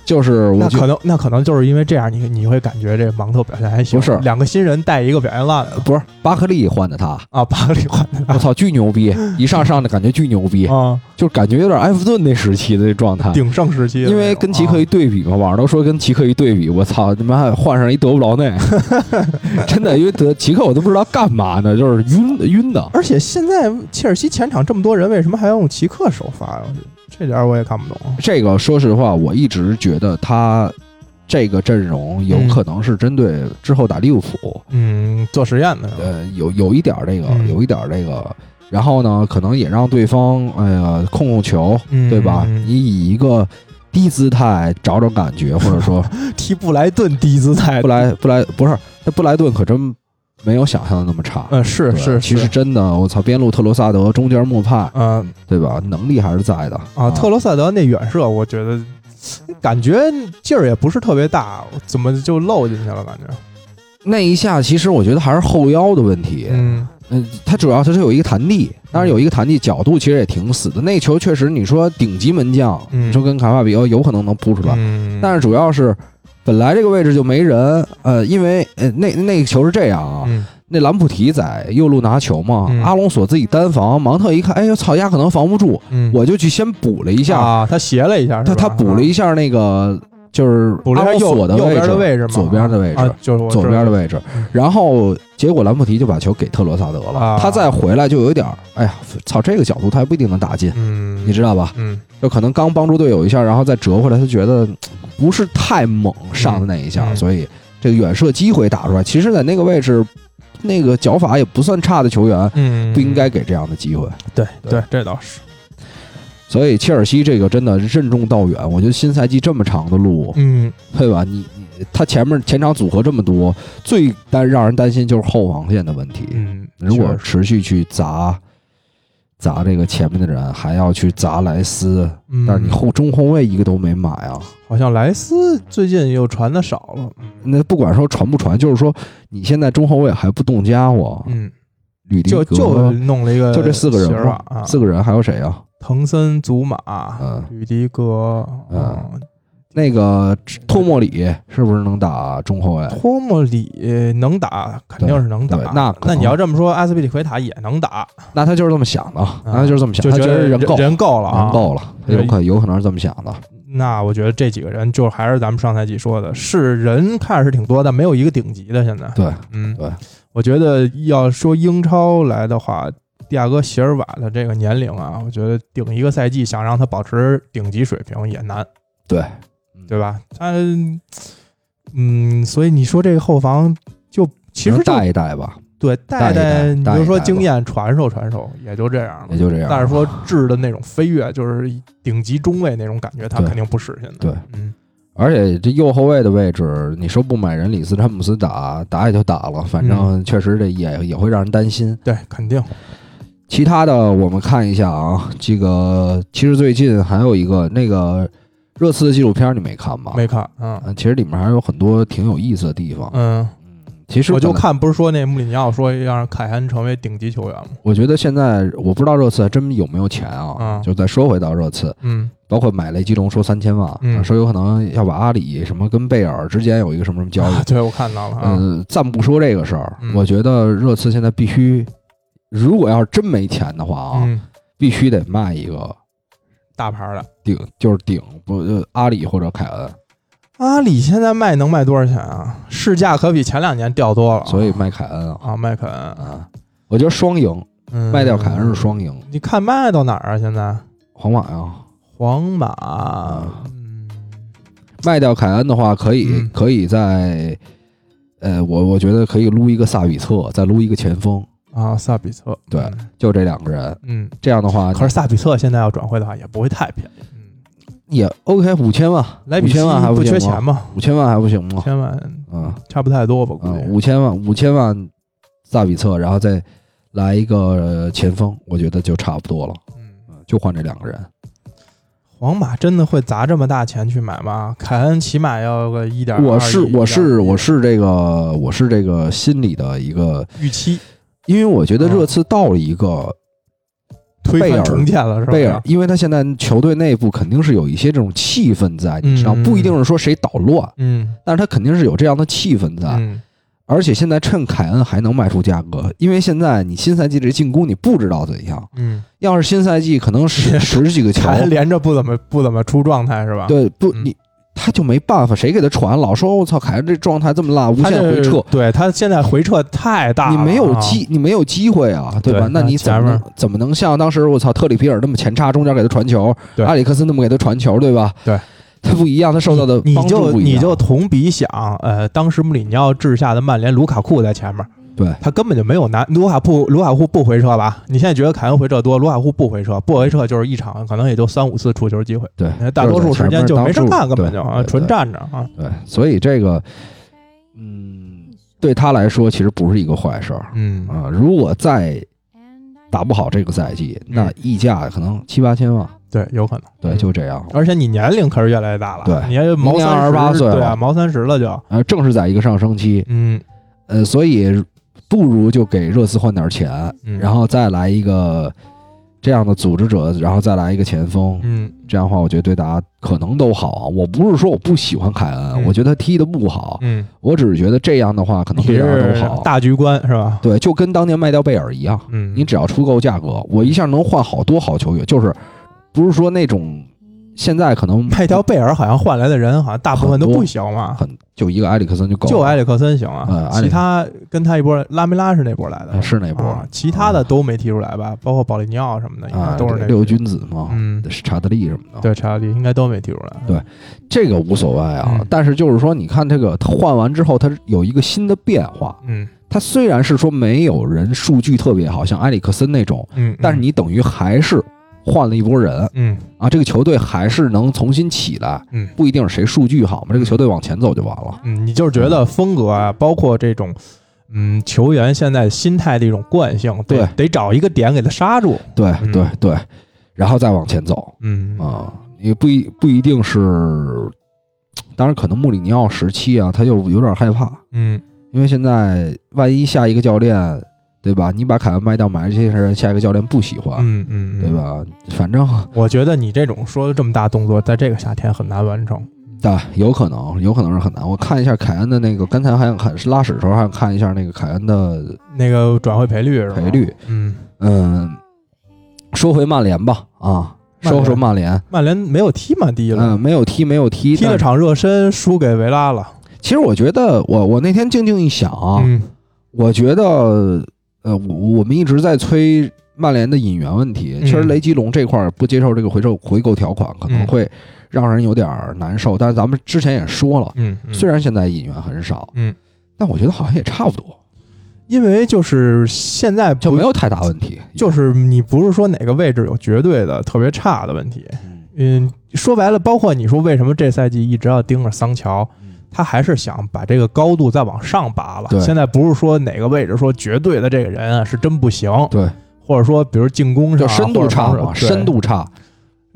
S1: 就是我
S2: 那
S1: 觉
S2: 可能，那可能就是因为这样，你你会感觉这芒特表现还行。
S1: 不是
S2: 两个新人带一个表现烂的
S1: 不是巴克利换的 他，
S2: 啊，巴里换的
S1: 我操，巨牛逼，一上上的感觉巨牛逼，
S2: 啊，
S1: 就感觉有点埃弗顿那时期的状态。
S2: 鼎盛时期的那种。
S1: 因为跟齐克一
S2: 啊
S1: 对比嘛，网上都说跟齐克一对比，我操，他妈换上一德布劳内， 真的，因为德齐克我都不知道干嘛呢，就是晕晕的。
S2: 而且现在切尔西前场这么多人，为什么还要用齐克首发呀？这点儿我也看不懂。
S1: 这个说实话，我一直觉得他这个阵容有可能是针对之后打利物浦，
S2: 嗯，做实验的是吧
S1: 呃，有有一点儿这个，
S2: 嗯
S1: 有一点儿这个，然后呢，可能也让对方哎呀控控球，
S2: 嗯
S1: 对吧？
S2: 嗯嗯
S1: 你以一个低姿态找找感觉，或者说
S2: 踢布莱顿低姿态
S1: 布，莱布莱不是，那布莱顿可真没有想象的那么差。
S2: 嗯，是
S1: 对
S2: 是，
S1: 其实
S2: 是
S1: 真的，我操，边路特罗萨德，中间穆帕，
S2: 嗯
S1: 对吧？能力还是在的
S2: 啊，特罗萨德那远射，我觉得感觉劲儿也不是特别大，怎么就漏进去了？感觉，
S1: 那一下，其实我觉得还是后腰的问题。
S2: 嗯
S1: 嗯，他主要他是有一个弹地，当然有一个弹地角度，其实也挺死的。那球确实，你说顶级门将，
S2: 嗯
S1: 你说跟卡帕比奥有可能能扑出来，
S2: 嗯
S1: 但是主要是本来这个位置就没人，呃，因为呃那那个球是这样啊，
S2: 嗯
S1: 那兰普提在右路拿球嘛，
S2: 嗯
S1: 阿隆索自己单防，芒特一看，哎呦操，丫可能防不住，
S2: 嗯，
S1: 我就去先补了一
S2: 一
S1: 下，
S2: 啊，他斜了一下，是
S1: 他
S2: 吧
S1: 他补了一下那个就是
S2: 补了
S1: 阿
S2: 一下
S1: 隆
S2: 右
S1: 索的
S2: 右
S1: 位
S2: 边
S1: 置，
S2: 的位置嘛，
S1: 左边的位置
S2: 啊，就是我
S1: 左
S2: 知道
S1: 边的位置
S2: 嗯，
S1: 然后结果兰普提就把球给特罗萨德了，
S2: 啊
S1: 他再回来就有点儿，哎呀，操，这个角度他还不一定能打进，
S2: 嗯，
S1: 你知道吧？
S2: 嗯
S1: 就可能刚帮助队友一下，然后再折回来，他觉得嗯不是太猛上的那一下，
S2: 嗯嗯
S1: 所以这个远射机会打出来，其实在那个位置，那个脚法也不算差的球员，
S2: 嗯，
S1: 不应该给这样的机会。
S2: 对
S1: 对
S2: 对，这倒是，
S1: 所以切尔西这个真的任重道远，我觉得新赛季这么长的路，
S2: 嗯
S1: 对吧？你你他前面前场组合这么多，最担让人担心就是后防线的问题。
S2: 嗯，
S1: 如果
S2: 确实
S1: 持续去砸砸这个前面的人，还要去砸莱斯，
S2: 嗯
S1: 但是你后中后卫一个都没买啊。
S2: 好像莱斯最近又传的少了，
S1: 那不管说传不传，就是说你现在中后卫还不动家伙，
S2: 嗯，
S1: 吕迪
S2: 就
S1: 格
S2: 就弄了一个
S1: 就这四个人
S2: 席尔瓦
S1: 嘛，
S2: 啊，
S1: 四个人还有谁啊？
S2: 滕森、祖马、
S1: 嗯
S2: 吕迪格，
S1: 嗯，那个托莫里是不是能打中后卫？
S2: 托莫里能打，肯定是能打
S1: 对。那可能
S2: 那你要这么说，阿斯皮利奎塔也能打，
S1: 那他就是这么想的，那他就是这么想，
S2: 啊就
S1: 他
S2: 觉
S1: 觉得
S2: 人
S1: 人够
S2: 人够了啊，
S1: 人够了，
S2: 对
S1: 有可有可能是这么想的。
S2: 那我觉得这几个人就还是咱们上赛季说的，是人看是挺多，但没有一个顶级的。现在，
S1: 对，
S2: 嗯，
S1: 对，
S2: 我觉得要说英超来的话，蒂亚戈席尔瓦的这个年龄啊，我觉得顶一个赛季，想让他保持顶级水平也难，
S1: 对，
S2: 对吧？他，嗯，所以你说这个后防就其实
S1: 能
S2: 就
S1: 带一带吧，
S2: 对
S1: 带
S2: 带
S1: 一带
S2: 你
S1: 带
S2: 就
S1: 一
S2: 说
S1: 带
S2: 经
S1: 吧
S2: 验传授传授，也就这样了
S1: 也。就这样。
S2: 但是说质的那种飞跃，就是顶级中卫那种感觉，他
S1: 对
S2: 肯定不是现在。
S1: 对，
S2: 嗯。
S1: 而且这右后卫的位置，你说不买人里斯詹姆斯打打也就打了，反正
S2: 嗯
S1: 确实这也也会让人担心。
S2: 对，肯定。
S1: 啊其他的我们看一下啊，这个其实最近还有一个那个热刺的纪录片你没看吧？
S2: 没看，嗯
S1: 嗯，其实里面还有很多挺有意思的地方。
S2: 嗯，
S1: 其实
S2: 我就
S1: 本来，
S2: 看不是说那穆里尼奥说要让凯恩成为顶级球员吗？
S1: 我觉得现在我不知道热刺还真有没有钱啊。
S2: 嗯
S1: 就再说回到热刺，
S2: 嗯
S1: 包括买雷吉隆说三千万，
S2: 嗯
S1: 说有可能要把阿里什么跟贝尔之间有一个什么什么交易
S2: 啊。对我看到了啊，
S1: 嗯，暂不说这个事儿
S2: 嗯，
S1: 我觉得热刺现在必须，如果要是真没钱的话啊，
S2: 嗯，
S1: 必须得卖一个
S2: 大牌的
S1: 顶，就是顶不呃阿里或者凯恩。
S2: 阿里现在卖能卖多少钱啊？市价可比前两年掉多了啊，
S1: 所以卖凯恩啊，
S2: 啊，卖凯恩，
S1: 啊，我觉得双赢，
S2: 嗯
S1: 卖掉凯恩是。双赢，
S2: 你看卖到哪儿啊？现在
S1: 皇马
S2: 啊
S1: 呀，
S2: 皇马，嗯，
S1: 卖掉凯恩的话，可以
S2: 嗯
S1: 可以在，呃，我我觉得可以撸一个萨比策，再撸一个前锋，
S2: 啊，萨比策，
S1: 对
S2: 嗯
S1: 就这两个人。
S2: 嗯，
S1: 这样的话，
S2: 可是萨比策现在要转会的话，也不会太便宜。嗯，
S1: 也 OK，五千万，
S2: 莱
S1: 五
S2: 比锡
S1: 千万还
S2: 不
S1: 行
S2: 缺钱
S1: 吗？
S2: 嘛，
S1: 五千万还不行吗？
S2: 千万
S1: 嗯。
S2: 差不太多吧，估
S1: 啊，
S2: 计。
S1: 五千万五千万萨比策，然后再来一个呃前锋，我觉得就差不多了，
S2: 嗯。
S1: 就换这两个人。
S2: 皇马真的会砸这么大钱去买吗？凯恩起码要个一点，
S1: 我是我是我
S2: 是
S1: 是这个我是这个心里的一个，
S2: 预期
S1: 因为我觉
S2: 嗯
S1: 得热刺到了一个
S2: 推
S1: 贝
S2: 翻
S1: 尔
S2: 重建了，是吧？
S1: 贝尔，因为他现在球队内部肯定是有一些这种气氛在，你知道，
S2: 嗯
S1: 不一定是说谁捣乱，
S2: 嗯，
S1: 但是他肯定是有这样的气氛在。
S2: 嗯
S1: 而且现在趁凯恩还能卖出价格，因为现在你新赛季这进攻你不知道怎样，
S2: 嗯，
S1: 要是新赛季可能十十几个球，
S2: 凯恩连着不怎么不怎么出状态，是吧？，
S1: 对，不，
S2: 嗯
S1: 你他就没办法，谁给他传？老说我操，凯恩这状态这么烂，无
S2: 他
S1: 限
S2: 这
S1: 回撤，
S2: 对他现在回撤太大
S1: 你
S2: 了，
S1: 没有
S2: 啊
S1: 机，你没有机会啊，对吧
S2: 对？
S1: 那
S2: 那
S1: 你怎么
S2: 前面
S1: 能怎么能像当时我操特里皮尔那么前插中间给他传球，
S2: 对
S1: 阿里克斯那么给他传球，对吧？
S2: 对，
S1: 他不一样，他受到的
S2: 你
S1: 帮助
S2: 就
S1: 不一
S2: 你
S1: 样
S2: 就同比想，呃，当时穆里尼奥治下的曼联，卢卡库在前面，
S1: 对
S2: 他根本就没有拿卢卡库，卢卡库不回撤吧？你现在觉得凯恩回撤多，卢卡库不回撤，不回撤就是一场可能也就三五次出球机会，
S1: 对，
S2: 大多数时间就没事干，根本就啊，
S1: 啊，
S2: 纯
S1: 战
S2: 站着啊。
S1: 对，所以这个，嗯，对他来说其实不是一个坏事儿
S2: 嗯
S1: 啊。如果再打不好这个赛季，那
S2: 嗯
S1: 溢价可能七八千万，
S2: 对，有可能。
S1: 对，就这样。
S2: 而且你年龄可是越来越大了，
S1: 对
S2: 你也毛
S1: 明年
S2: 三十
S1: 28岁了
S2: 对啊，毛三十了就，
S1: 呃，正是在一个上升期，
S2: 嗯
S1: 呃，所以不如就给热刺换点钱，
S2: 嗯，
S1: 然后再来一个这样的组织者，然后再来一个前锋，
S2: 嗯
S1: 这样的话，我觉得对大家可能都好啊。我不是说我不喜欢凯恩，啊
S2: 嗯
S1: 我觉得他踢的不好，
S2: 嗯，
S1: 我只是觉得这样的话可能
S2: 你
S1: 对大家都
S2: 是
S1: 好。
S2: 大局观是吧？
S1: 对，就跟当年卖掉贝尔一样，
S2: 嗯，
S1: 你只要出够价格，我一下能换好多好球员，就是不是说那种现在可能
S2: 麦条贝尔好像换来的人好像大部分都
S1: 很多
S2: 不行嘛，
S1: 很就一个埃里克森就够了，
S2: 就埃里克森行
S1: 嗯
S2: 啊，
S1: 埃里
S2: 其他跟他一波拉梅拉是那波来的，
S1: 啊是那波
S2: 啊其他的都没踢出来吧？包括保利尼奥什么的，应
S1: 啊
S2: 该都是那
S1: 六君子嘛，
S2: 嗯，
S1: 查德利什么的，
S2: 对，查理应该都没踢出来。
S1: 对这个无所谓啊。
S2: 嗯
S1: 但是就是说，你看这个他换完之后，他有一个新的变化。
S2: 嗯
S1: 他虽然是说没有人数据特别好，像埃里克森那种，
S2: 嗯，
S1: 但是你等于还是换了一波人
S2: 嗯
S1: 啊，这个球队还是能重新起来。
S2: 嗯
S1: 不一定是谁数据好嘛，这个球队往前走就完了。
S2: 嗯，你就是觉得风格啊，包括这种。嗯，球员现在心态的一种惯性，得
S1: 对
S2: 得找一个点给他刹住。
S1: 对
S2: 嗯
S1: 对对，然后再往前走
S2: 嗯
S1: 啊，也不一不一定是，当然可能穆里尼奥时期啊，他就有点害怕，
S2: 嗯
S1: 因为现在万一下一个教练，对吧？你把凯恩卖掉，买这些人，下一个教练不喜欢，
S2: 嗯嗯，
S1: 对？吧？反正
S2: 我觉得你这种说的这么大动作，在这个夏天很难完成。
S1: 对，啊有可能，有可能是很难。我看一下凯恩的那个，刚才还想看拉屎的时候，还想看一下那个凯恩的
S2: 那个转会赔率是吧？
S1: 赔率。
S2: 嗯，
S1: 嗯，说回曼联吧，啊，
S2: 曼
S1: 说
S2: 联
S1: 说曼联。
S2: 曼联没有踢满第一轮，
S1: 嗯，没有踢，没有踢。
S2: 踢了
S1: 但
S2: 场热身输给维拉了。
S1: 其实我觉得，我我那天静静一想啊，
S2: 嗯
S1: 我觉得，呃，我我们一直在催曼联的引援问题。
S2: 嗯
S1: 其实雷吉隆这块儿不接受这个回收回购条款，可能
S2: 嗯
S1: 会让人有点儿难受。但是咱们之前也说了，
S2: 嗯，嗯
S1: 虽然现在引援很少，
S2: 嗯，
S1: 但我觉得好像也差不多，
S2: 因为就是现在
S1: 就
S2: 不
S1: 没有太大问题。
S2: 就是你不是说哪个位置有绝对的特别差的问题，
S1: 嗯
S2: 嗯，说白了，包括你说为什么这赛季一直要盯着桑乔
S1: 嗯，
S2: 他还是想把这个高度再往上拔了
S1: 对。
S2: 现在不是说哪个位置说绝对的这个人啊是真不行，
S1: 对，
S2: 或者说比如进攻上
S1: 就
S2: 啊
S1: 深
S2: 或
S1: 度
S2: 者
S1: 差
S2: 防守
S1: 嘛，
S2: 对
S1: 深度差。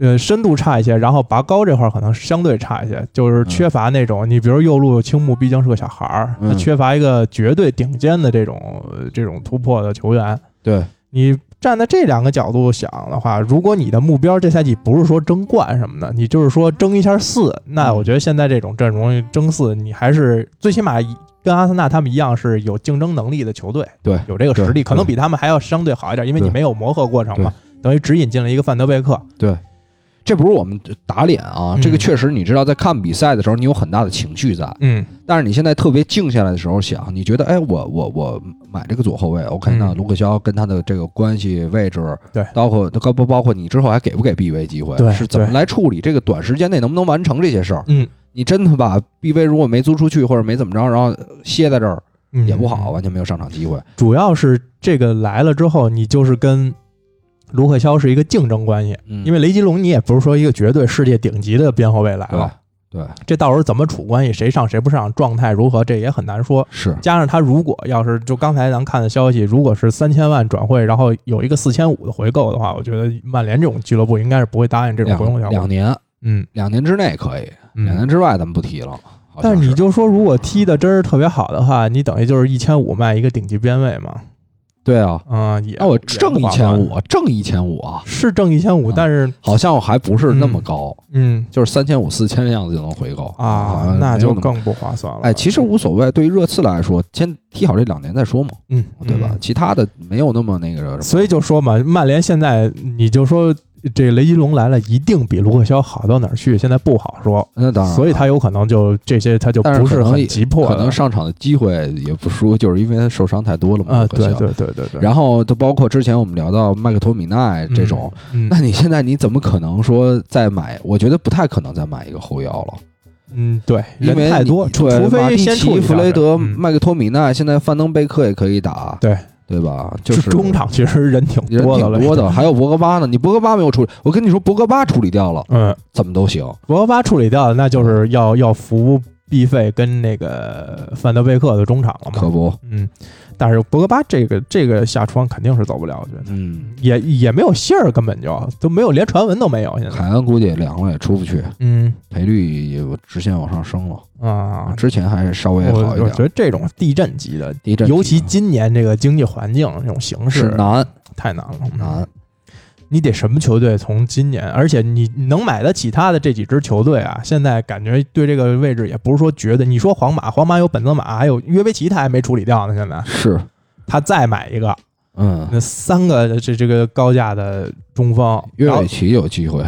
S2: 呃深度差一些，然后拔高这块儿可能相对差一些，就是缺乏那种、你比如右路青木毕竟是个小孩儿，
S1: 嗯
S2: 他缺乏一个绝对顶尖的这种呃这种突破的球员。
S1: 对，
S2: 你站在这两个角度想的话，如果你的目标这赛季不是说争冠什么的，你就是说争一下四，那
S1: 嗯
S2: 我觉得现在这种阵容争四，你还是最起码跟阿森纳他们一样是有竞争能力的球队，
S1: 对
S2: 有这个实
S1: 对
S2: 力，可能比他们还要相对好一点，因为你
S1: 对
S2: 没有磨合过程嘛，等于只引进了一个范德贝克。
S1: 这不是我们打脸啊，
S2: 嗯
S1: 这个确实，你知道，在看比赛的时候，你有很大的情绪在，
S2: 嗯
S1: 但是你现在特别静下来的时候想，你觉得，哎，我我我买这个左后卫，OK，、
S2: 嗯
S1: 那卢克肖跟他的这个关系位置，
S2: 对
S1: 包括包括包括你之后还给不给 B 位机会，
S2: 对
S1: 是怎么
S2: 对
S1: 来处理这个短时间内能不能完成这些事儿？
S2: 嗯
S1: 你真的把 B 位如果没租出去或者没怎么着，然后呃歇在这儿
S2: 嗯，
S1: 也不好，啊完全没有上场机会。
S2: 主要是这个来了之后，你就是跟卢克肖是一个竞争关系，
S1: 嗯，
S2: 因为雷吉隆你也不是说一个绝对世界顶级的边后卫来
S1: 对
S2: 了，
S1: 对
S2: 这到时候怎么处关系，谁上谁不上，状态如何，这也很难说。
S1: 是
S2: 加上他如果要是就刚才咱看的消息，如果是三千万转会，然后有一个四千五的回购的话，我觉得曼联这种俱乐部应该是不会答应这种回购
S1: 两
S2: 条
S1: 两
S2: 款。
S1: 年
S2: 嗯
S1: 两年之内可以，两
S2: 嗯
S1: 年。之外咱们不提了。好像
S2: 但是你就说，如果踢的真是特别好的话，你等于就是一千五卖一个顶级边位嘛，
S1: 对啊，
S2: 嗯，也
S1: 那我
S2: 也不
S1: 挣一
S2: 划
S1: 千
S2: 算
S1: 五，挣一千五啊，
S2: 是挣一千五，
S1: 啊
S2: 但是
S1: 好像还不是那么高。
S2: 嗯
S1: 就是三千五四千的样子就能回购好
S2: 啊
S1: 像，
S2: 那
S1: 没有
S2: 就
S1: 么
S2: 更不划算了。
S1: 哎，其实无所谓。对于热刺来说，先踢好这两年再说嘛，
S2: 嗯，
S1: 对吧？
S2: 嗯
S1: 其他的没有那么那个什么。
S2: 所以就说嘛，曼联现在你就说这雷吉隆来了，一定比卢克肖好到哪儿去，现在不好说。
S1: 那当然了，
S2: 所以他有可能就这些，他就
S1: 但是
S2: 不
S1: 可能
S2: 很急迫
S1: 可
S2: 的，
S1: 能上场的机会也不输，就是因为他受伤太多了嘛。
S2: 啊，
S1: 可惜
S2: 对
S1: 了。
S2: 对对对对。
S1: 然后就包括之前我们聊到麦克托米奈这种，
S2: 嗯，
S1: 那你现在你怎么可能说再买？我觉得不太可能再买一个后腰了，
S2: 嗯，对，
S1: 因为
S2: 人太
S1: 你
S2: 多，除
S1: 对
S2: 除
S1: 马
S2: 非
S1: 蒂
S2: 先处
S1: 奇、
S2: 理
S1: 弗
S2: 掉
S1: 雷
S2: 人
S1: 德、
S2: 嗯
S1: 麦克托米奈，现在范登贝克也可以打，
S2: 对
S1: 对吧？就是
S2: 中场其实人挺
S1: 人
S2: 多的了，
S1: 挺多的，还有博格巴呢。你博格巴没有处理，我跟你说，博格巴处理掉了，
S2: 嗯，
S1: 怎么都行。
S2: 博格巴处理掉了，那就是要要服必费跟那个范德贝克的中场了
S1: 可
S2: 嘛。
S1: 不，
S2: 嗯，但是博格巴这个这个下窗肯定是走不了，我觉得
S1: 嗯，
S2: 也也没有信儿，根本就都没有连传闻都没有现
S1: 嗯
S2: 在。
S1: 凯恩估计也凉了，也出不去，
S2: 嗯
S1: 赔率也直线往上升了。
S2: 啊，
S1: 之前还是稍微
S2: 我
S1: 好一
S2: 我觉
S1: 点，
S2: 得这种地震级的
S1: 地震
S2: 尤其今年这个经济环境这种形
S1: 是啊
S2: 势
S1: 难
S2: 太难了。嗯
S1: 难。
S2: 你得什么球队从今年，而且你你能买得起他的这几支球队啊，现在感觉对这个位置也不是说绝对。你说皇马，皇马有本泽马，还有约维奇，他还没处理掉呢。现在
S1: 是，
S2: 他再买一个，
S1: 嗯，
S2: 那三个这这个高价的中锋，
S1: 约
S2: 然后
S1: 维奇有机会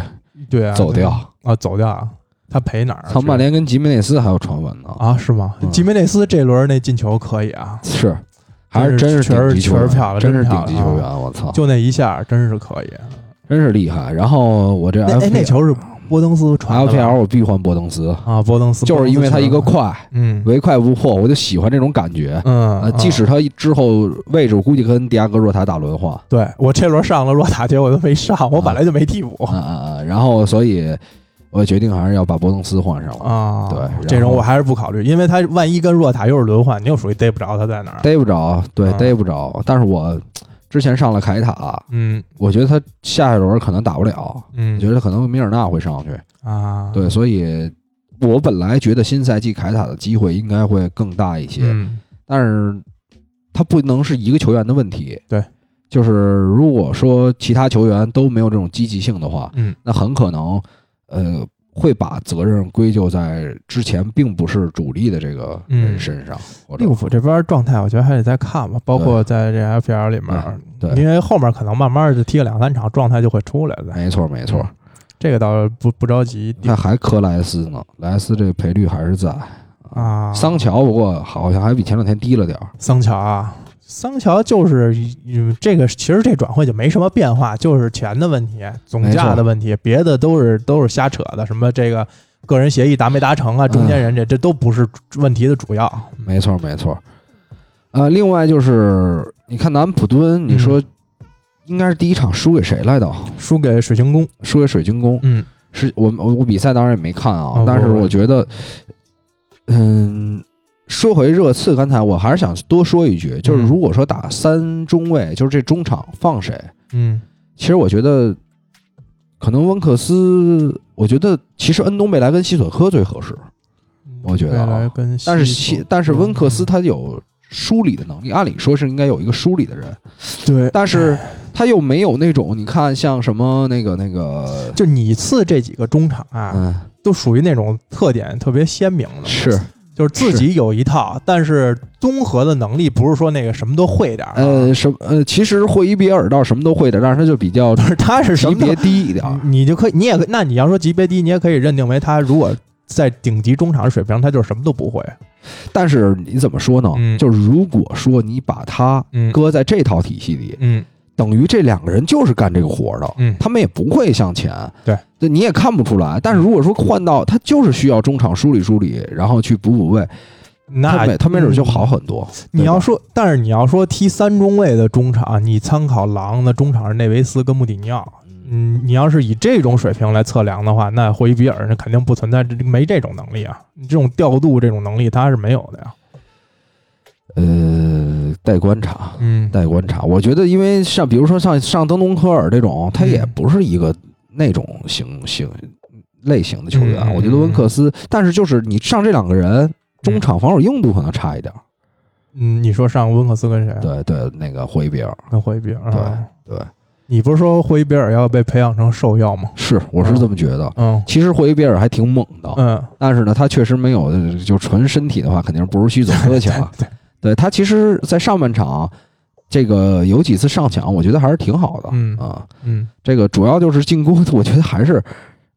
S2: 对啊，
S1: 走掉。
S2: 啊，走掉啊，他赔哪儿啊？
S1: 他曼
S2: 是
S1: 联跟吉梅内斯还有传闻呢，
S2: 啊，是吗？
S1: 嗯
S2: 吉梅内斯这轮那进球可以啊，
S1: 是，还是
S2: 真是
S1: 真
S2: 确实
S1: 顶级球
S2: 确实
S1: 员，
S2: 漂亮
S1: 真
S2: 真
S1: 是
S2: 漂
S1: 顶
S2: 亮啊
S1: 级球员，我操，
S2: 就那一下真是可以。
S1: 真是厉害。然后我这
S2: 那哎，那
S1: F
S2: 球是波登斯传的吧
S1: LPL 我必换博登斯，
S2: 啊，波登斯
S1: 就是因为他一个，
S2: 波登斯传的
S1: 快，
S2: 嗯
S1: 唯快不破，我就喜欢这种感觉。
S2: 嗯，
S1: 呃，
S2: 嗯
S1: 即使他之后位置，我估计跟迪亚哥若塔打轮换，
S2: 对我这轮上了若塔，结果都没上，我本来就没替补
S1: 啊啊啊！然后所以，我决定还是要把博登斯换上了。
S2: 啊。
S1: 对然后
S2: 这种我还是不考虑，因为他万一跟若塔又是轮换，你又属于逮不着他在哪儿。
S1: 逮不着，对，
S2: 啊
S1: 逮不着。但是我之前上了凯塔，
S2: 嗯
S1: 我觉得他下一轮可能打不了，我觉
S2: 嗯
S1: 得可能米尔纳会上去。
S2: 啊，
S1: 对，所以我本来觉得新赛季凯塔的机会应该会更大一些，
S2: 嗯
S1: 但是他不能是一个球员的问题。
S2: 对，
S1: 就是如果说其他球员都没有这种积极性的话，
S2: 嗯
S1: 那很可能，呃，会把责任归咎在之前并不是主力的这个
S2: 嗯
S1: 人身上，或者
S2: 利物浦这边状态，我觉得还得再看吧，包括在这 FPL 里面，
S1: 嗯对
S2: 因为后面可能慢慢就踢个两三场，状态就会出来的。
S1: 没错没错。
S2: 这个倒是不不着急
S1: 那还磕莱斯呢，莱斯这赔率还是在。
S2: 啊。
S1: 桑乔不过好像还比前两天低了点儿，
S2: 桑乔啊，桑乔就是嗯这个，其实这转会就没什么变化，就是钱的问题，总价的问题，别的都是都是瞎扯的，什么这个个人协议达没达成啊，中间人这、这都不是问题的主要。
S1: 嗯
S2: 嗯
S1: 没错没错。呃，另外就是你看南安普敦，你
S2: 嗯
S1: 说应该是第一场输给谁来的？
S2: 输给水晶宫，
S1: 输给水晶宫。
S2: 嗯
S1: 是我我我比赛当然也没看啊，
S2: 哦
S1: 但是
S2: 不
S1: 我觉得，嗯，说回热刺，刚才我还是想多说一句，就是
S2: 嗯
S1: 如果说打三中卫，就是这中场放谁，
S2: 嗯
S1: 其实我觉得可能温克斯，我觉得其实恩东贝莱跟西索科最合适，我觉得啊
S2: 未来跟西
S1: 但是
S2: 索
S1: 西但是温克
S2: 嗯
S1: 斯他有梳理的能力，按理说是应该有一个梳理的人，
S2: 对，
S1: 但是他又没有那种你看像什么那个那个，
S2: 就你次这几个中场啊，啊
S1: 嗯，
S2: 都属于那种特点特别鲜明的，
S1: 是。
S2: 就是自己有一套，但是综合的能力不是说那个什么都会点儿、啊，
S1: 呃，什么呃，其实霍伊比尔倒什么都会的，但是他就比 较
S2: 不是他是什
S1: 级
S2: 么都
S1: 别低一点儿。
S2: 你嗯你就可以，你也可以那你要说级别低，你也可以认定为他如果在顶级中场水平，他就是什么都不会。
S1: 但是你怎么说呢？
S2: 嗯
S1: 就是如果说你把他
S2: 嗯
S1: 搁在这套体系里，
S2: 嗯
S1: 等于这两个人就是干这个活儿的，
S2: 嗯
S1: 他们也不会向前。
S2: 对，
S1: 你也看不出来。但是如果说换到他就是需要中场梳理梳理，然后去补补位，他
S2: 那
S1: 没他没准就好。很多。
S2: 嗯你要
S1: 对吧
S2: 说，但是你要说踢三中卫的中场，你参考狼的中场是内维斯跟穆里尼奥。嗯，你要是以这种水平来测量的话，那霍伊比尔那肯定不存在，这没这种能力啊，这种调度这种能力他是没有的呀。
S1: 呃，待观察。
S2: 嗯
S1: 待观察，我觉得，因为像比如说像上登东科尔这种，他也
S2: 嗯
S1: 不是一个那种型型类型的球员。啊
S2: 嗯
S1: 我觉得温克斯，但是就是你上这两个人，中场防守硬度可能差一点。
S2: 嗯，你说上温克斯跟谁？啊
S1: 对对，那个霍伊比尔，
S2: 跟霍伊比尔。啊
S1: 对对，
S2: 你不是说霍伊比尔要被培养成兽药吗？
S1: 是我是这么觉得。
S2: 嗯
S1: 其实霍伊比尔还挺猛的，
S2: 嗯，
S1: 但是呢，他确实没有呃就纯身体的话，肯定不如西佐科强。
S2: 对，
S1: 对他其实，在上半场这个有几次上抢，我觉得还是挺好的。
S2: 嗯
S1: 啊。
S2: 嗯，
S1: 这个主要就是进攻， 我觉得还是，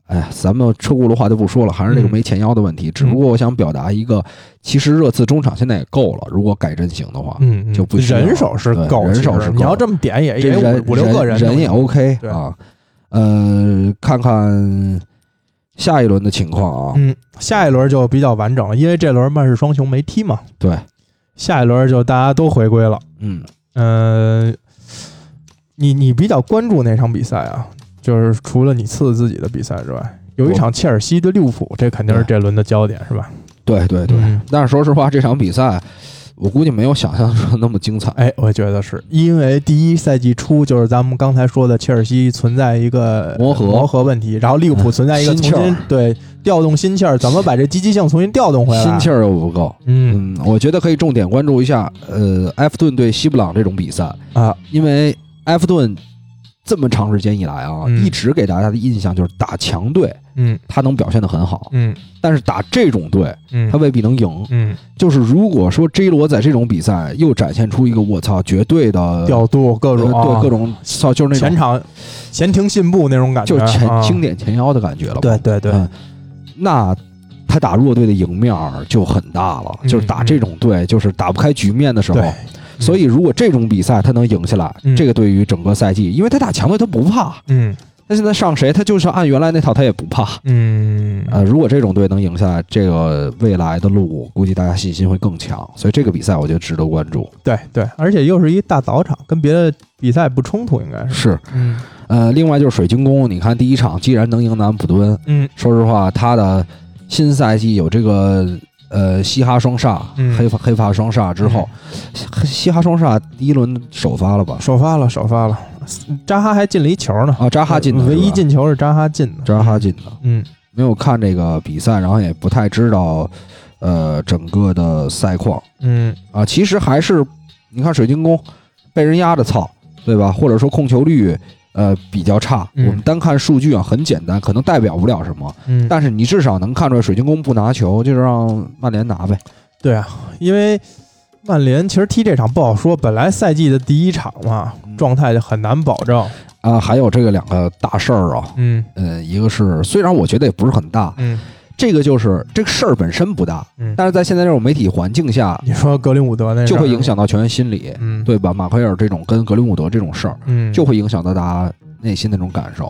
S1: 哎呀，咱们车轱辘话就不说了，还是这
S2: 嗯
S1: 个没前腰的问题。只不过我想表达一个，其实热刺中场现在也够了，如果改阵型的话，
S2: 嗯，嗯
S1: 啊就不需要
S2: 人手是
S1: 对
S2: 够，
S1: 人
S2: 其
S1: 手
S2: 实
S1: 是
S2: 你
S1: 够
S2: 要这么点也
S1: 这
S2: 也
S1: 人
S2: 五五六个
S1: 人
S2: 人
S1: 人也 OK
S2: 对
S1: 啊。呃，看看下一轮的情况啊，
S2: 嗯，下一轮就比较完整了，因为这轮曼市双雄没踢嘛，
S1: 对，
S2: 下一轮就大家都回归了。
S1: 嗯，
S2: 嗯、你你比较关注哪场比赛啊？就是除了你次自己的比赛之外，有一场切尔西对利物浦，这肯定是这轮的焦点，是吧？
S1: 对对对。
S2: 嗯
S1: 但是说实话，这场比赛我估计没有想象中的那么精彩。
S2: 哎，我觉得是因为第一赛季初就是咱们刚才说的，切尔西存在一个
S1: 磨合
S2: 磨合问题，然后利物浦存在一个
S1: 心
S2: 重
S1: 气儿
S2: 新对调动心气儿，怎么把这积极性重新调 动回来？
S1: 心气儿又不够，
S2: 嗯
S1: 嗯，我觉得可以重点关注一下，呃，埃弗顿对西布朗这种比赛，
S2: 啊，
S1: 因为埃弗顿这么长时间以来啊，
S2: 嗯
S1: 一直给大家的印象就是打强队
S2: 嗯
S1: 他能表现得很好，
S2: 嗯
S1: 但是打这种队
S2: 嗯，
S1: 他未必能赢。
S2: 嗯
S1: 就是如果说 J 罗在这种比赛又展现出一个我操绝对的
S2: 调度各种啊
S1: 呃对各种操，就是那种
S2: 前场前庭信步那种感觉，
S1: 就是前
S2: 啊
S1: 经典前腰的感觉了吧？
S2: 对对对，
S1: 嗯那他打弱队的赢面儿就很大了，
S2: 嗯
S1: 就是打这种队，就是打不开局面的时候
S2: 对。
S1: 所以，如果这种比赛他能赢下来，
S2: 嗯
S1: 这个对于整个赛季，因为他打强队他不怕，
S2: 嗯
S1: 他现在上谁他就是按原来那套他也不怕。
S2: 嗯
S1: 呃，如果这种队能赢下来，这个未来的路估计大家信心会更强，所以这个比赛我觉得值得关注。
S2: 对对，而且又是一大早场，跟别的比赛不冲突，应该是
S1: 是，
S2: 嗯
S1: 呃，另外就是水晶宫，你看第一场既然能赢南安普敦，
S2: 嗯
S1: 说实话，他的新赛季有这个呃嘻哈双煞、
S2: 嗯
S1: 黑发黑发双煞之后，嘻嘻哈双煞第一轮首发了吧？
S2: 首发了首发了，扎哈还进了一球呢，
S1: 啊，扎哈进的，
S2: 唯一
S1: 是吧，
S2: 进球是扎哈进的，
S1: 扎哈进的。
S2: 嗯
S1: 没有看这个比赛，然后也不太知道呃整个的赛况
S2: 嗯
S1: 啊。其实还是你看水晶宫被人压着操，对吧？或者说控球率。呃，比较差。
S2: 嗯
S1: 我们单看数据啊，很简单，可能代表不了什么，
S2: 嗯，
S1: 但是你至少能看出来，水晶宫不拿球，就是让曼联拿呗。
S2: 对啊，因为曼联其实踢这场不好说，本来赛季的第一场嘛
S1: 嗯，
S2: 状态就很难保证。
S1: 啊，还有这个两个大事儿啊，
S2: 嗯
S1: 呃，一个是虽然我觉得也不是很大，
S2: 嗯
S1: 这个就是这个事儿本身不大，
S2: 嗯，
S1: 但是在现在这种媒体环境下，
S2: 你说格林伍德那事
S1: 就
S2: 儿
S1: 会影，响到球员心理，
S2: 嗯，，
S1: 对吧？马奎尔这种跟格林伍德这种事儿，
S2: 嗯，
S1: 就会影响到大家内心的那种感受。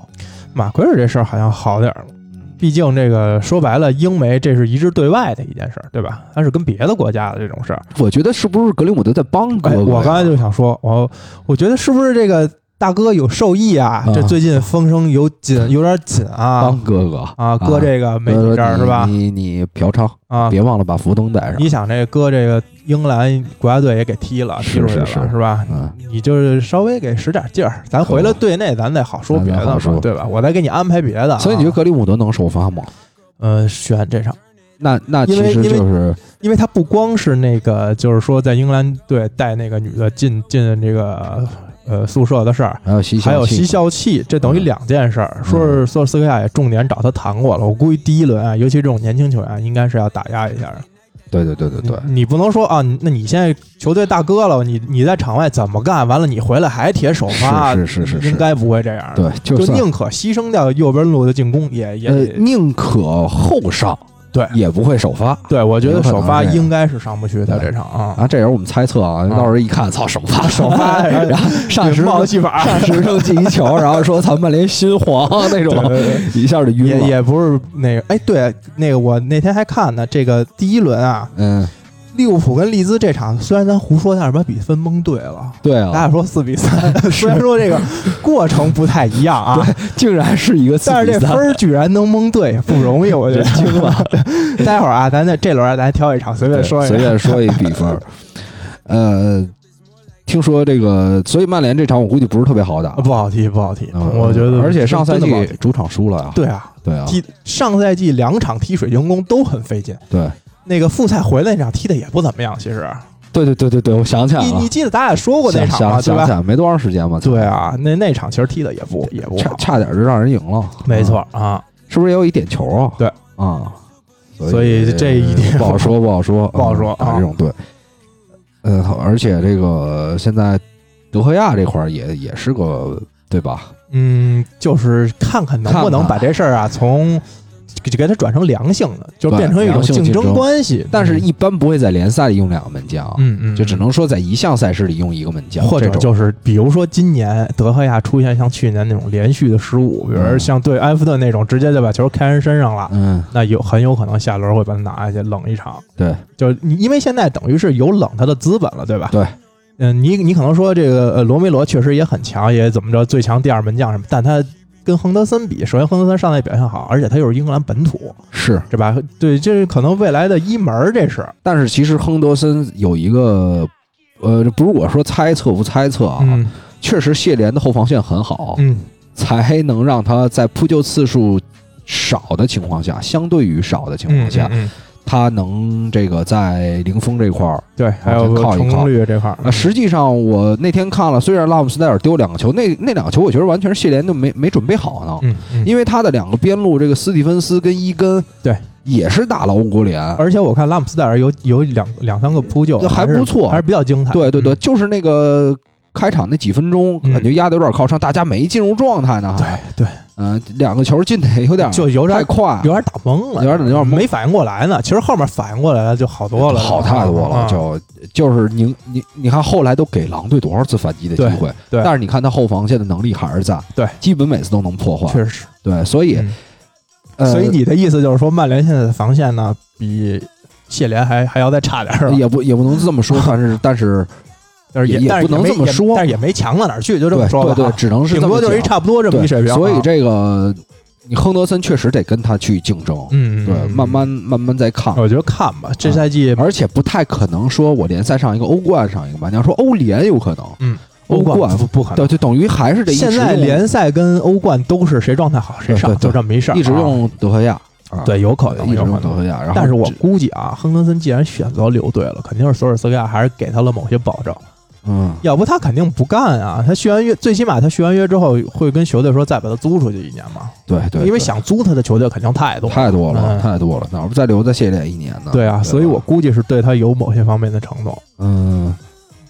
S2: 马奎尔这事儿好像好点儿了。毕竟这个说白了，英媒这是一致对外的一件事儿，对吧？它是跟别的国家的这种事儿。
S1: 我觉得是不是格林伍德在帮哥
S2: 哎，
S1: 哥呀？
S2: 我刚才就想说，我我觉得是不是这个大哥有受益啊？
S1: 啊
S2: 这最近风声有紧，有点紧啊
S1: 帮哥哥
S2: 啊，搁这个媒体这儿是吧？
S1: 你你你嫖娼，
S2: 啊，
S1: 别忘了把福登带上。
S2: 你想这搁这个英格兰国家队也给踢了，踢
S1: 是
S2: 出去了
S1: 是是
S2: 吧？
S1: 嗯，
S2: 你就是稍微给使点劲儿，咱回了队内，咱再好说别的
S1: 咱再好说
S2: 嘛，对吧？我再给你安排别的啊。
S1: 所以你觉得格林伍德能首发吗？
S2: 呃选这场，
S1: 那那其
S2: 因为
S1: 实
S2: 因为
S1: 就是
S2: 因为他不光是那个，就是说在英格兰队带那个女的进进这个呃宿舍的事儿，
S1: 还有西
S2: 还有吸
S1: 西
S2: 笑气，这等于
S1: 嗯
S2: 两件事儿。说是索尔斯克亚也重点找他谈过了，我估计第一轮啊，尤其这种年轻球员啊，应该是要打压一下的。
S1: 对对对对对，
S2: 你你不能说啊，你那你现在球队大哥了，你你在场外怎么干？完了你回来还铁首发，
S1: 是是是是是
S2: 应该不会这样的。
S1: 对，就
S2: 就
S1: 算
S2: 宁可牺牲掉右边路的进攻，也也、
S1: 呃宁可后上，
S2: 对
S1: 也不会首发
S2: 对。我觉得首发
S1: 有可能是这样
S2: 应该是上不去的
S1: 对
S2: 这场啊，
S1: 啊。这也是我们猜测啊，到时候一看，操，首发首 发，
S2: 哎
S1: 然后上
S2: 也
S1: 十
S2: 冒
S1: 分
S2: 个戏法，
S1: 上十分进一球，然后说咱曼联心黄啊那种
S2: 对，对对
S1: 一下就
S2: 也
S1: 晕了。
S2: 也不是那个，哎，对，那个我那天还看呢，这个第一轮啊，
S1: 嗯，
S2: 利物浦跟利兹这场，虽然咱胡说，但是把比分蒙对了。
S1: 对
S2: 咱
S1: 啊，
S2: 俩说四 比三， 虽然说这个过程不太一样啊，
S1: 竟然是一个四
S2: 但
S1: 比
S2: 是这分
S1: 三，
S2: 儿居然能蒙对，不容易，我 觉
S1: 真
S2: 得。
S1: 惊了。
S2: 待会儿啊，咱这这轮儿咱挑一场，随便说一
S1: 随
S2: 下。
S1: 便说一比 分儿。呃，听说这个，所以曼联这场我估计不是特别好打
S2: 啊，不好踢，不好踢，
S1: 嗯
S2: 我觉得。
S1: 而且上赛
S2: 真的不好
S1: 季
S2: 踢
S1: 主场输了呀，
S2: 对啊，
S1: 对啊，
S2: 踢上赛季两场踢水晶宫都很费劲，
S1: 对
S2: 那个复赛回来那场踢的也不怎么样，其实。
S1: 对对对对对，我想起来
S2: 你
S1: 了
S2: 你，记得咱俩说过那
S1: 想
S2: 场吗？
S1: 啊想
S2: 对
S1: 想起
S2: 吧？
S1: 来没多长时间嘛，
S2: 对啊，那那场其实踢的也不也不
S1: 差
S2: 好，
S1: 差点就让人赢了，
S2: 没错
S1: 啊，
S2: 啊，
S1: 是不是也有一点球啊？
S2: 对
S1: 啊，
S2: 所以这一点
S1: 不好说，不好 说，
S2: 不好说
S1: 啊，打
S2: 啊
S1: 这种队，嗯，好而且这个现在德赫亚这块儿也也是个对吧？
S2: 嗯，就是看看能不能
S1: 看看
S2: 把这事儿啊从给给它转成良性的，就
S1: 对
S2: 变成一种
S1: 良性竞
S2: 竞
S1: 争
S2: 争关系。
S1: 但是，一般不会在联赛里用两个门将，啊
S2: 嗯嗯，
S1: 就只能说在一项赛事里用一个门将，
S2: 或者
S1: 这种
S2: 就是比如说今年德赫亚出现像去年那种连续的失误，比如说像对埃弗顿那种直接就把球开人身上了，
S1: 嗯，
S2: 那有很有可能下轮会把他拿下去冷一场。
S1: 对，
S2: 就是你因为现在等于是有冷他的资本了，对吧？
S1: 对。
S2: 嗯，你你可能说这个呃罗梅罗确实也很强，也怎么着最强第二门将什么，但他跟亨德森比，首先亨德森上来表现好，而且他又是英格兰本土，
S1: 是。
S2: 对吧？对，这是可能未来的一门儿，这是。
S1: 但是其实亨德森有一个，呃，这不是我说猜测不猜测啊，
S2: 嗯
S1: 确实谢联的后防线很好，
S2: 嗯
S1: 才能让他在扑救次数少的情况下，相对于少的情
S2: 嗯
S1: 况下，
S2: 嗯
S1: 他能这个在零封这块儿
S2: 对，还有
S1: 往前靠一
S2: 成
S1: 靠
S2: 功率这块儿
S1: 啊，实际上我那天看了，虽然拉姆斯戴尔丢两个球，那那两个球我觉得完全是谢联就没没准备好呢，
S2: 嗯嗯，
S1: 因为他的两个边路这个斯蒂芬斯跟伊根
S2: 对
S1: 也是打了欧国联，
S2: 而且我看拉姆斯戴尔有有两两三个扑救，
S1: 这还
S2: 是
S1: 不错
S2: 还是比较精彩。
S1: 对对对，就是那个开场那几分钟
S2: 嗯
S1: 感觉压得有点靠上，大家没进入状态呢，
S2: 嗯
S1: 还
S2: 对
S1: 嗯两个球进的有点
S2: 对，就有
S1: 太
S2: 点
S1: 快
S2: 有。点打懵了，
S1: 有点有点懵
S2: 没反应过来呢。其实后面反应过来了就好多了，
S1: 好太多了，
S2: 啊
S1: 就就是你你你看后来都给狼队多少次反击的机会，
S2: 对
S1: 但是你看他后防线的能力还是在，
S2: 对，
S1: 基本每次都能破坏，
S2: 啊确实。
S1: 对，所以
S2: 嗯
S1: 呃
S2: 所以你的意思就是说，曼联现在的防线呢，比谢联还还要再差点儿，是吧？
S1: 也不也不能这么说，但 是但是
S2: 但是
S1: 也
S2: 但是
S1: 不能
S2: 没
S1: 这么
S2: 也
S1: 说
S2: 但是也没强到哪儿去，就这么
S1: 对
S2: 说吧。
S1: 对对，
S2: 啊
S1: 只能是
S2: 顶
S1: 这么
S2: 多就是一
S1: 讲
S2: 差不多这么一
S1: 对
S2: 水平啊。
S1: 所以这个你亨德森确实得跟他去竞争，
S2: 嗯，嗯
S1: 对，慢。慢
S2: 嗯
S1: 慢慢再看。
S2: 我觉得看吧，这赛季
S1: 而且不太可能说，我联赛上一个，欧冠上一个吧。你要说欧联有可能，
S2: 嗯，
S1: 欧冠
S2: 不不可能
S1: 对，。就等于还是得一直
S2: 现在
S1: 用
S2: 联赛跟欧冠都是谁状态好谁
S1: 对
S2: 上，
S1: 对对
S2: 就这么一事儿啊。
S1: 一直用德赫亚，啊
S2: 对，有可能，
S1: 一直
S2: 有可
S1: 用德
S2: 能。
S1: 赫亚。然后
S2: 但是我
S1: 这
S2: 估计啊，亨德森既然选择留队了，肯定是索尔斯克亚还是给他了某些保证，
S1: 嗯，
S2: 要不他肯定不干啊。他续完约，最起码他续完约之后会跟球队说再把他租出去一年嘛，
S1: 对对，
S2: 因
S1: 对
S2: 为想租他的球队肯定太多
S1: 太多了，
S2: 嗯
S1: 太多了，哪不再留在谢联一年呢？
S2: 对啊，
S1: 吧
S2: 所以我估计是对他有某些方面的承诺，
S1: 嗯，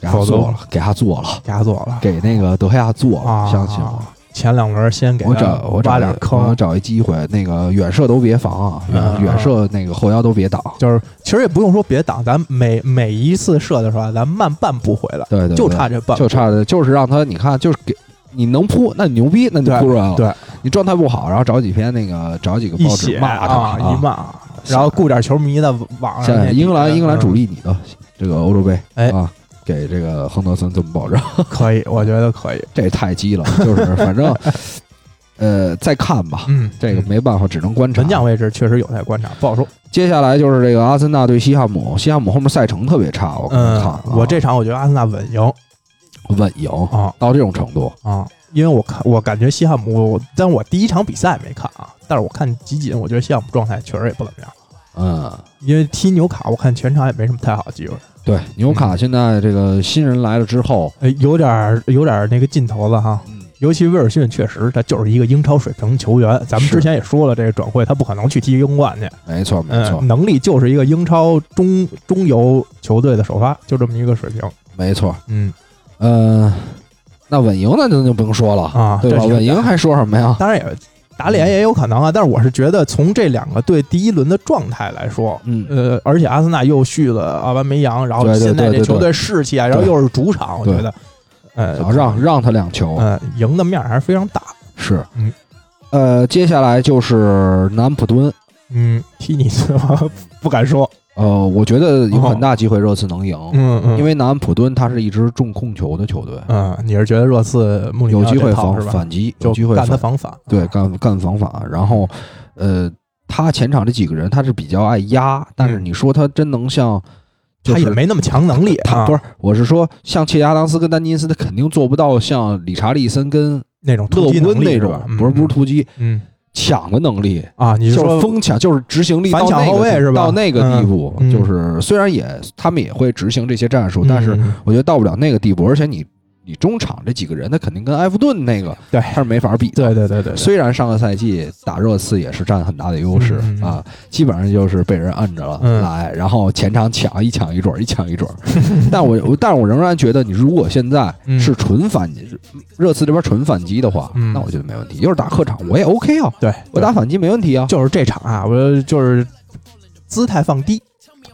S1: 给他
S2: 否则
S1: 做了，给他做了，
S2: 压做了
S1: 给那个德赫亚做了，
S2: 啊。
S1: 相信我。
S2: 前两轮先给
S1: 我
S2: 他
S1: 找我找
S2: 挖点
S1: 我
S2: 坑，
S1: 找一机会，那个远射都别防啊，
S2: 嗯
S1: 远射那个后腰都别挡，
S2: 就是其实也不用说别挡，咱每每一次射的时候啊，咱慢半步回来，
S1: 对对，对
S2: 就差这半步，
S1: 就差的就是让他，你看就是给你能扑，那你牛逼，那你
S2: 对
S1: 扑出来了。
S2: 对，
S1: 你状态不好，然后找几篇那个找几个
S2: 一
S1: 报纸
S2: 写
S1: 骂他
S2: 啊一。骂，然后雇点球迷的网上
S1: 现在
S2: 那
S1: 英格兰
S2: 底
S1: 英格兰
S2: 嗯
S1: 主力你的这个欧洲杯，
S2: 哎
S1: 啊，给这个亨德森这么保证，
S2: 可以，我觉得可以，
S1: 这也太 鸡了，就是反正呃再看吧，
S2: 嗯，
S1: 这个没办法，只能观察
S2: 门。将位置确实有待观察，不好说。
S1: 接下来就是这个阿森纳对西汉姆，西汉姆后面赛程特别差，我刚才
S2: 嗯
S1: 看了啊，，
S2: 我这场我觉得阿森纳稳赢
S1: 稳赢
S2: 啊
S1: 到这种程度，
S2: 啊，因为我看我感觉西汉姆，但我第一场比赛没看啊，但是我看集锦，我觉得西汉姆状态确实也不怎么样，
S1: 嗯，
S2: 因为踢纽卡我看全场也没什么太好的机会，
S1: 对，纽
S2: 嗯
S1: 卡现在这个新人来了之后，
S2: 呃，有点儿有点儿那个劲头了哈。
S1: 嗯，
S2: 尤其威尔逊确实，他就是一个英超水平球员。咱们
S1: 是
S2: 之前也说了，这个转会他不可能去踢英冠去，
S1: 没错没错、
S2: 嗯，能力就是一个英超中中游球队的首发，就这么一个水平。
S1: 没错，
S2: 嗯
S1: 嗯、那稳赢那就就不用说了，
S2: 啊，
S1: 对
S2: 这
S1: 吧？
S2: 是
S1: 稳赢还说什么呀？
S2: 当然也打脸也有可能啊，但是我是觉得从这两个队第一轮的状态来说。
S1: 嗯，
S2: 呃，而且阿森纳又续了奥巴梅扬，然后
S1: 对对
S2: 现
S1: 对
S2: 在这
S1: 对
S2: 球队士气啊，然后
S1: 对
S2: 又是主场，我觉得，呃，
S1: 想让让他两球、
S2: 呃赢的面儿还是非常大。
S1: 是，
S2: 嗯，
S1: 呃，接下来就是南普敦，
S2: 嗯，踢你 不敢说，
S1: 呃，我觉得有很大机会热刺能赢，
S2: 哦嗯嗯，
S1: 因为南安普敦他是一支重控球的球队，
S2: 嗯，你是觉得热刺穆里尼
S1: 有
S2: 奥
S1: 机
S2: 这
S1: 会
S2: 套
S1: 防
S2: 是吧？
S1: 反击，有
S2: 就
S1: 机会
S2: 干他
S1: 反
S2: 防反，
S1: 对，干干防反，然后呃，他前场这几个人他是比较爱压，但是
S2: 嗯
S1: 你说他真能像，就
S2: 他也
S1: 是
S2: 没那么强能力，
S1: 他
S2: 啊
S1: 不是，我是说像切亚当斯跟丹尼斯，他肯定做不到像理查利森跟
S2: 那种
S1: 勒
S2: 突击
S1: 温
S2: 能力
S1: 那
S2: 是
S1: 种
S2: 吧？嗯，
S1: 不是不是突击
S2: 嗯
S1: 抢的能力，
S2: 啊，你
S1: 就是是
S2: 说
S1: 疯抢，就是执行力
S2: 反
S1: 到
S2: 抢
S1: 那
S2: 后
S1: 个
S2: 卫
S1: 地
S2: 是吧
S1: 到那个地
S2: 嗯
S1: 步，
S2: 嗯
S1: 就是虽然也他们也会执行这些战术，
S2: 嗯
S1: 但是
S2: 嗯
S1: 我觉得到不了那个地步，而且你你中场这几个人，他肯定跟埃弗顿那个
S2: 对
S1: 他是没法比的。
S2: 对对对对，对
S1: 虽然上个赛季打热刺也是占很大的优势、
S2: 嗯嗯嗯
S1: 啊，基本上就是被人摁着了、
S2: 嗯
S1: 来，然后前场抢一抢一准儿，一抢一 准儿。但我我但是我仍然觉得，你如果现在
S2: 嗯
S1: 是纯反击，热刺这边纯反击的话，
S2: 嗯
S1: 那我觉得没问题。就是打客场我也 OK 啊，
S2: 对，
S1: 我打反击没问题啊。
S2: 就是这场啊，我就是姿态放低，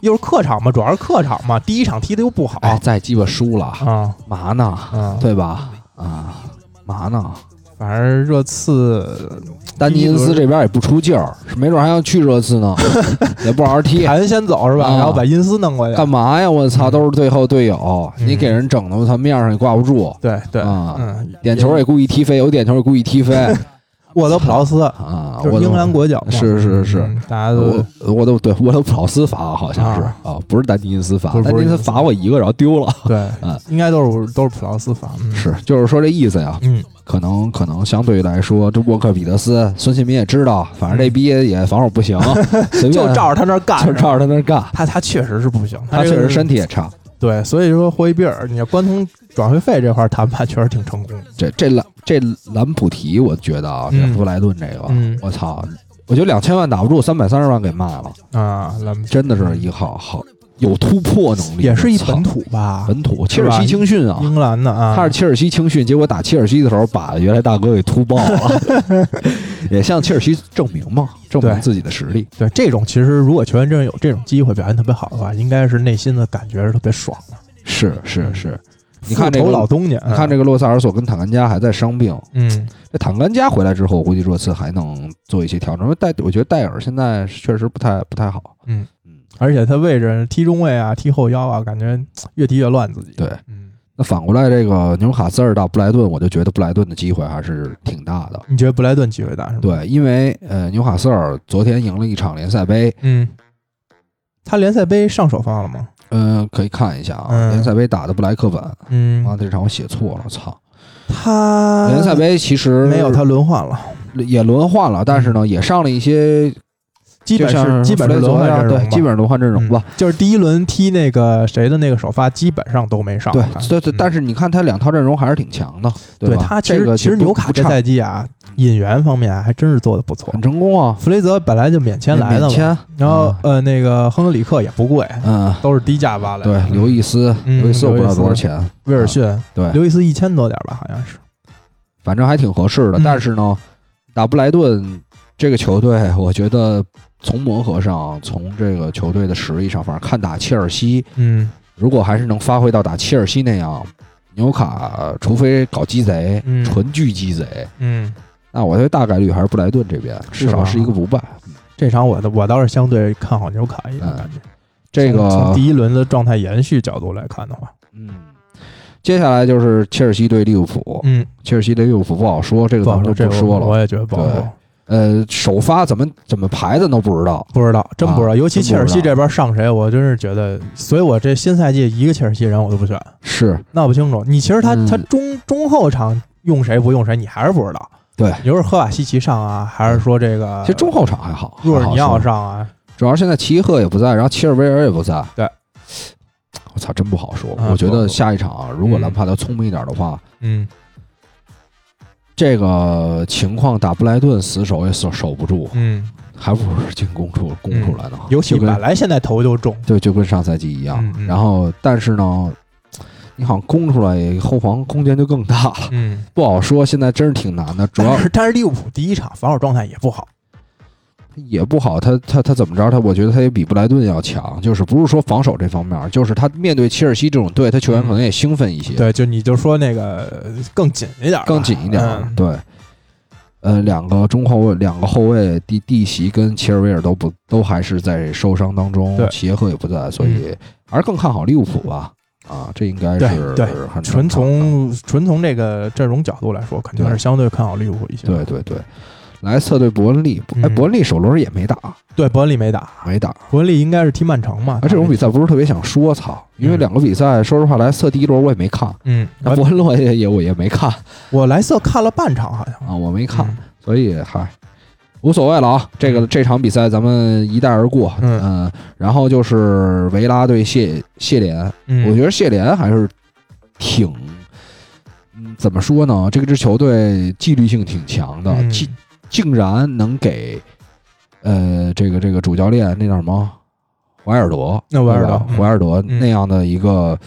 S2: 又是客场嘛，主要是客场嘛，第一场踢的又不好
S1: 哎，再鸡巴输了，
S2: 啊
S1: 嘛呢？
S2: 啊，
S1: 对吧？啊，嘛呢？
S2: 反正热刺
S1: 丹尼恩斯这边也不出劲儿，没准还要去热刺 呢，也不好好踢。
S2: 盘先走是吧？
S1: 啊
S2: 然后把因斯弄过去，
S1: 干嘛呀？我操，都是最后队友，
S2: 嗯
S1: 你给人整的，我操，面上也挂不住。
S2: 对对，
S1: 啊
S2: 嗯，
S1: 点球也故意踢飞，有点球也故意踢飞，
S2: 沃德普劳斯
S1: 啊，
S2: 就是
S1: 我
S2: 英格
S1: 都
S2: 兰国脚嘛，
S1: 是是是
S2: 嗯，大家都
S1: 我我都对我都普劳斯罚好像是
S2: 啊
S1: 啊，不是丹尼因斯罚
S2: 不，是
S1: 丹
S2: 不
S1: 尼
S2: 是
S1: 因斯
S2: 因斯
S1: 罚我一个，然后丢了。
S2: 对
S1: 嗯，
S2: 应该都是都是普劳斯法，嗯
S1: 是，就是说这意思呀，
S2: 嗯，
S1: 可能可能相对来说，这沃克彼得斯、孙兴民也知道，反正这逼也防守不 行，随便
S2: 嗯就照着他那儿干，
S1: 就照着他那儿干，
S2: 他他确实是不行，
S1: 他
S2: 这
S1: 确
S2: 个
S1: 实身体也差。
S2: 对，所以说霍伊比尔，你要关从转会费这块儿谈判确实挺成功的，
S1: 这这兰这兰普提，我觉得啊，这
S2: 嗯
S1: 弗莱顿这个，
S2: 嗯
S1: 我操，我觉得两千万打不住，三百三十万给卖了，
S2: 啊，咱们
S1: 真的是一号好有突破能力，
S2: 也是一
S1: 我操
S2: 本土吧，
S1: 本土切
S2: 是
S1: 尔
S2: 吧
S1: 西青训啊，
S2: 英格兰的啊，
S1: 他是切尔西青训，结果打切尔西的时候把原来大哥给突爆 了，也向切尔西证明嘛，证明
S2: 对
S1: 自己的实力。
S2: 对这种其实如果球员真是有这种机会表现特别好的话，应该是内心的感觉是特别爽的。
S1: 是是是，你看这
S2: 复
S1: 个
S2: 仇老东家，啊
S1: 你看这个洛萨尔索跟坦甘加还在伤病，
S2: 嗯，
S1: 这坦甘加回来之后，我估计热刺还能做一些调整。因为戴，我觉得戴尔现在确实不太不太好。
S2: 嗯
S1: 嗯，
S2: 而且他位置踢中卫啊，踢后腰啊，感觉嘖越踢越乱自己。
S1: 对。
S2: 嗯，
S1: 那反过来，这个纽卡斯尔到布莱顿，我就觉得布莱顿的机会还是挺大的。
S2: 你觉得布莱顿机会大是吗？，
S1: 对，因为呃，纽卡斯尔昨天赢了一场联赛杯，
S2: 嗯，他联赛杯上首发了吗？
S1: 嗯，可以看一下啊，
S2: 嗯
S1: 联赛杯打的布莱克本，啊，
S2: 嗯，
S1: 这场我写错了，操！
S2: 他
S1: 联赛杯其实
S2: 没有，他轮换了，
S1: 也轮换了，但是呢，也上了一些，
S2: 基本
S1: 就像
S2: 是基本是
S1: 弗雷
S2: 轮
S1: 泽
S2: 换
S1: 呀
S2: 阵容
S1: 对，
S2: 吧
S1: 基本上轮换阵容吧。
S2: 嗯就是第一轮踢那个谁的那个首发，基本上都没上。
S1: 对
S2: 我看，
S1: 对对，
S2: 嗯
S1: 但是你看他两套阵容还是挺强的，
S2: 对
S1: 吧？
S2: 他其
S1: 这
S2: 实
S1: 个
S2: 其实
S1: 不
S2: 纽卡
S1: 不
S2: 这
S1: 差
S2: 赛季啊，引援方面还真是做的不错
S1: 很。成功啊，
S2: 弗雷泽本来就免签来的
S1: 免
S2: 嘛，
S1: 签，啊
S2: 然后呃那个亨德里克也不贵，
S1: 嗯，
S2: 都是低价挖来的。
S1: 对，啊刘易斯，
S2: 嗯
S1: 刘易斯我不知道
S2: 刘易斯
S1: 多少钱，
S2: 威尔逊，
S1: 对，
S2: 刘易斯一千多点吧，好像是。
S1: 反正还挺合适的。
S2: 嗯
S1: 但是呢，打布莱顿这个球队，我觉得从磨合上，从这个球队的实力上，反正看打切尔西。
S2: 嗯
S1: 如果还是能发挥到打切尔西那样，纽卡除非搞鸡贼，
S2: 嗯
S1: 纯巨鸡贼，
S2: 嗯，
S1: 那我觉得大概率还是布莱顿这边，至
S2: 是
S1: 少
S2: 吧
S1: 是一个不败。
S2: 这场我的我倒是相对看好纽卡一点，
S1: 嗯
S2: 感觉
S1: 这
S2: 从从
S1: 个，
S2: 第一轮的状态延续角度来看的话，
S1: 嗯，接下来就是切尔西对利物浦，
S2: 嗯，
S1: 切尔西对利物浦不好说，这个
S2: 不
S1: 咱
S2: 好
S1: 们
S2: 说，
S1: 就不
S2: 这个
S1: 说
S2: 我
S1: 了。
S2: 也觉得不好
S1: 对
S2: 说。
S1: 呃，首发怎么怎么排的都不知道，
S2: 不知道，真不知道。
S1: 啊
S2: 尤其
S1: 真不知
S2: 切
S1: 道
S2: 尔西这边上谁，我真是觉得，所以我这新赛季一个切尔西人我都不选，
S1: 是
S2: 闹不清楚。你其实他、
S1: 嗯
S2: 他中中后场用谁不用谁，你还是不知道。
S1: 对
S2: 你说是赫瓦西奇上啊，还是说这个
S1: 其实中后场还好，
S2: 若尔尼
S1: 还
S2: 奥
S1: 好说
S2: 上啊？
S1: 主要是现在齐耶赫也不在，然后齐尔维尔也不在，
S2: 对。
S1: 我操，真不好说。
S2: 啊
S1: 我觉
S2: 不好
S1: 得
S2: 说
S1: 下一场啊如果兰帕德聪明一点的话，
S2: 嗯，
S1: 这个情况打布莱顿死守也守守不住，
S2: 嗯，
S1: 还不如进攻处攻出来呢。
S2: 尤其
S1: 就跟
S2: 本嗯来现在头就重，
S1: 对，就跟上赛季一样。
S2: 嗯嗯
S1: 然后，但是呢，你好像攻出来也后防空间就更大了，
S2: 嗯，
S1: 不好说。现在真是挺难的，主要
S2: 但是但是利物浦第一场防守状态也不好，
S1: 也不好。他他他怎么着？他我觉得他也比布莱顿要强，就是不是说防守这方面，就是他面对切尔西这种队，他球员可能也兴奋一些，
S2: 嗯对，就你就说那个呃更紧一点吧，
S1: 更紧一点。
S2: 嗯
S1: 对。呃，两个中后卫，两个后卫，蒂蒂席跟切尔维尔都不都还是在受伤当中
S2: 对，嗯
S1: 齐耶赫也不在，所以还是更看好利物浦吧。啊，这应该是
S2: 对对
S1: 很正常
S2: 纯
S1: 的
S2: 从纯从这个阵容角度来说，肯定
S1: 对
S2: 是相对看好利物浦一些。
S1: 对对对，莱斯特对伯恩利，哎，
S2: 嗯
S1: 伯恩利首轮也没打，
S2: 对，伯恩利没打，
S1: 没打。
S2: 伯恩利应该是踢曼城嘛？
S1: 啊，这种比赛不是特别想说，操，因为
S2: 嗯
S1: 两个比赛，说实话，莱斯特第一轮我也没看，
S2: 嗯，
S1: 那伯恩洛也也我也没看
S2: 我莱瑟看了半场，好像
S1: 啊，我没看
S2: 嗯，
S1: 所以嗨，无所谓了啊。这个这场比赛咱们一带而过，
S2: 嗯
S1: 嗯，然后就是维拉对谢谢联，
S2: 嗯，
S1: 我觉得谢联还是挺，嗯，怎么说呢？这个支球队纪律性挺强的，
S2: 嗯
S1: 竟竟然能给，呃，这个这个主教练那叫什么怀尔德，
S2: 那维尔
S1: 对
S2: 德
S1: 吧，
S2: 嗯
S1: 怀尔德
S2: 嗯
S1: 那样的一个。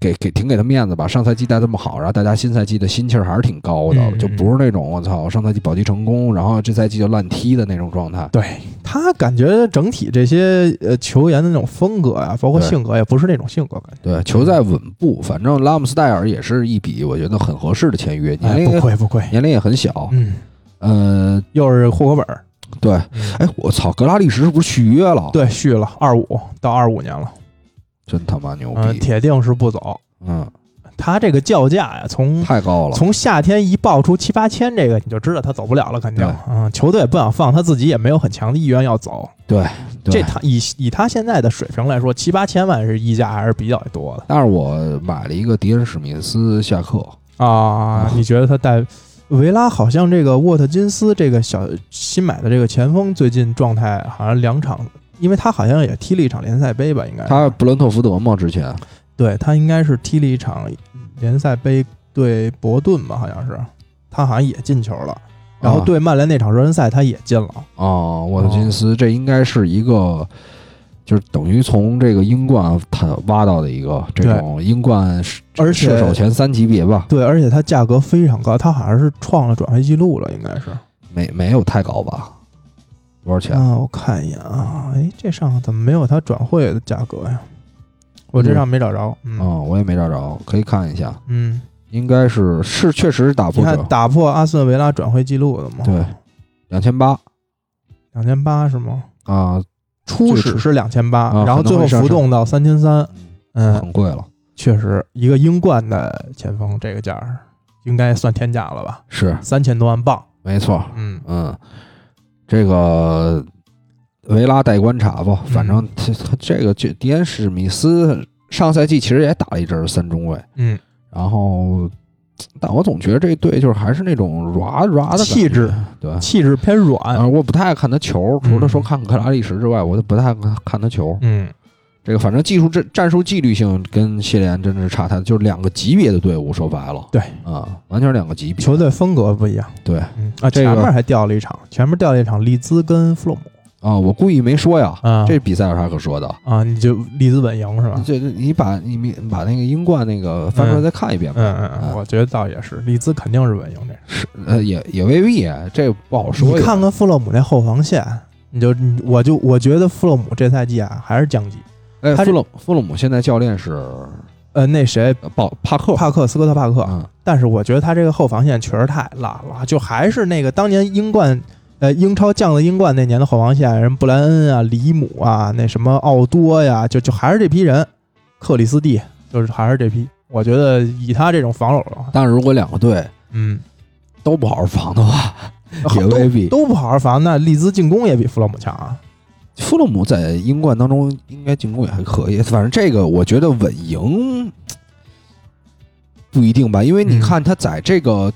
S1: 给给挺给他面子吧，上赛季带这么好，然后大家新赛季的心气儿还是挺高的，
S2: 嗯
S1: 就不是那种我操上赛季保级成功，然后这赛季就乱踢的那种状态。
S2: 对他感觉整体这些呃球员的那种风格啊，包括
S1: 对
S2: 性格，也不是那种性格感觉。
S1: 对，球在稳步，反正拉姆斯戴尔也是一笔我觉得很合适的签约，年
S2: 哎，
S1: 龄也
S2: 不亏不亏，
S1: 年龄也很小，
S2: 嗯，
S1: 呃，
S2: 又是户口本儿，
S1: 对，
S2: 嗯
S1: 哎，我操，格拉利什是不是续约了？，
S2: 对，续了二五到二五年了，
S1: 真他妈牛
S2: 嗯，
S1: 逼，
S2: 铁定是不走。
S1: 嗯，
S2: 他这个叫价呀，从
S1: 太高了。
S2: 从夏天一爆出七八千，这个你就知道他走不了了，肯定
S1: 对。
S2: 嗯，球队也不想放，他自己也没有很强的意愿要走。
S1: 对，对
S2: 这他以以他现在的水平来说，七八千万是溢价还是比较多的
S1: 但是我买了一个迪恩史密斯下课，
S2: 啊？
S1: 嗯
S2: 你觉得他带维拉好像这个沃特金斯这个小新买的这个前锋最近状态好像两场，因为他好像也踢了一场联赛杯吧？应该是
S1: 他布伦特福德嘛，之前
S2: 对他应该是踢了一场联赛杯对伯顿吧，好像是，他好像也进球了。然后
S1: 啊
S2: 对曼联那场热身赛他也进了，
S1: 啊，沃特金斯，这应该是一个，就是等于从这个英冠他挖到的一个这种英冠射
S2: 而且
S1: 射手前三级别吧，
S2: 对，而且他价格非常高，他好像是创了转会记录了，应该是。
S1: 没没有太高吧？多少钱？
S2: 啊，我看一眼啊，哎，这上怎么没有他转会的价格呀？我这上没找着，嗯
S1: 啊，我也没找着，可以看一下，
S2: 嗯，
S1: 应该是是确实是打
S2: 你
S1: 破
S2: 看
S1: 者，
S2: 打破阿斯顿维拉转会记录了吗？
S1: 对，两千八
S2: 两千八是吗？
S1: 啊，
S2: 初始是两千八，
S1: 啊
S2: 然后最后浮动到三千三，嗯，
S1: 很贵了，
S2: 确实，一个英冠的前锋这个价儿应该算天价了吧？
S1: 是
S2: 三千多万镑，
S1: 没错，
S2: 嗯，
S1: 嗯，这个维拉待观察吧，反
S2: 嗯
S1: 正他他这个这迪恩史密斯上赛季其实也打了一阵儿三中卫，
S2: 嗯，
S1: 然后但我总觉得这队就是还是那种软软的感觉
S2: 气质，
S1: 对。
S2: 气嗯质偏软，
S1: 啊啊，我不太爱看他球，除了说看克拉利什之外，我都不太爱看他球。
S2: 嗯，
S1: 这个反正技术战战术纪律性跟谢联真是差太，就是两个级别的队伍，说白了，
S2: 对
S1: 啊，完全是两个级别。
S2: 球队风格不一样，
S1: 对
S2: 嗯啊，
S1: 这个
S2: 前面还掉了一场，前面掉了一场利兹跟弗洛姆
S1: 啊，我故意没说呀，
S2: 啊，
S1: 这比赛有啥可说的？
S2: 啊，你就利兹稳赢是吧？
S1: 这这你把你你把那个英冠那个翻出来再看一遍吧。
S2: 嗯嗯，嗯，我觉得倒也是，利兹肯定是稳赢这。
S1: 是呃也也未必，啊这不好说。
S2: 嗯你看看弗洛姆那后防线，你就你我就我觉得弗洛姆这赛季啊还是降级。
S1: 哎，弗
S2: 他这
S1: 洛弗洛姆现在教练是
S2: 呃，那谁，
S1: 呃鲍帕克，
S2: 帕克斯科特帕克，
S1: 嗯
S2: 但是我觉得他这个后防线确实太烂了，就还是那个当年英冠，呃，英超降了英冠那年的后防线，人布莱恩啊、里姆啊、那什么奥多呀，就就还是这批人，克里斯蒂就是还是这批。我觉得以他这种防守的话，
S1: 但是如果两个队
S2: 嗯，
S1: 都不好好防的话，
S2: 好
S1: 也未必
S2: 都都不好好防，那利兹进攻也比弗洛姆强啊。
S1: 弗洛姆在英冠当中应该进攻也还可以。反正这个我觉得稳赢不一定吧，因为你
S2: 嗯
S1: 看他在这个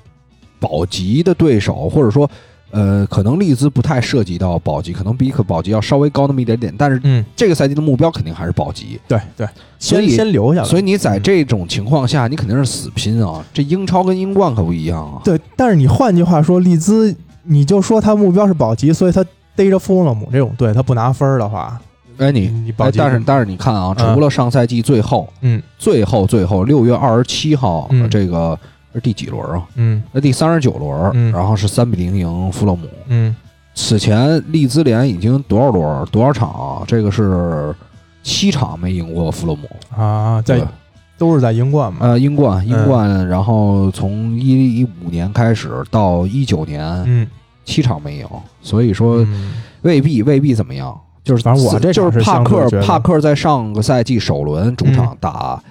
S1: 保级的对手，或者说。呃，可能利兹不太涉及到保级，可能比可保级要稍微高那么一点点，但是
S2: 嗯，
S1: 这个赛季的目标肯定还是保级，
S2: 对对，
S1: 所
S2: 先
S1: 以
S2: 先留下来。嗯
S1: 所以你在这种情况下，你肯定是死拼啊！这英超跟英冠可不一样啊。
S2: 对，但是你换句话说，利兹，你就说他目标是保级，所以他逮着弗洛姆这种队，他不拿分儿的话，
S1: 哎，你
S2: 你保
S1: 哎，
S2: 级，
S1: 但是但是你看啊，
S2: 嗯
S1: 除了上赛季最后
S2: 嗯
S1: 最后最后六月二十七号
S2: 嗯
S1: 这个是第几轮啊？
S2: 嗯
S1: 那第三十九
S2: 嗯
S1: 轮，然后是三比零赢弗洛姆。
S2: 嗯
S1: 此前利兹联已经多少轮多少场啊？这个是七场没赢过弗洛姆，
S2: 啊，
S1: 对
S2: 在
S1: 吧
S2: 都是在英冠嘛，
S1: 呃英冠英
S2: 嗯
S1: 冠，然后从一一五年开始到一九年，
S2: 嗯，
S1: 七场没赢，所以说
S2: 嗯
S1: 未必未必怎么样。就是
S2: 反正我这
S1: 就
S2: 场
S1: 是
S2: 是
S1: 帕
S2: 相对
S1: 克
S2: 觉得嗯
S1: 帕克在上个赛季首轮主场打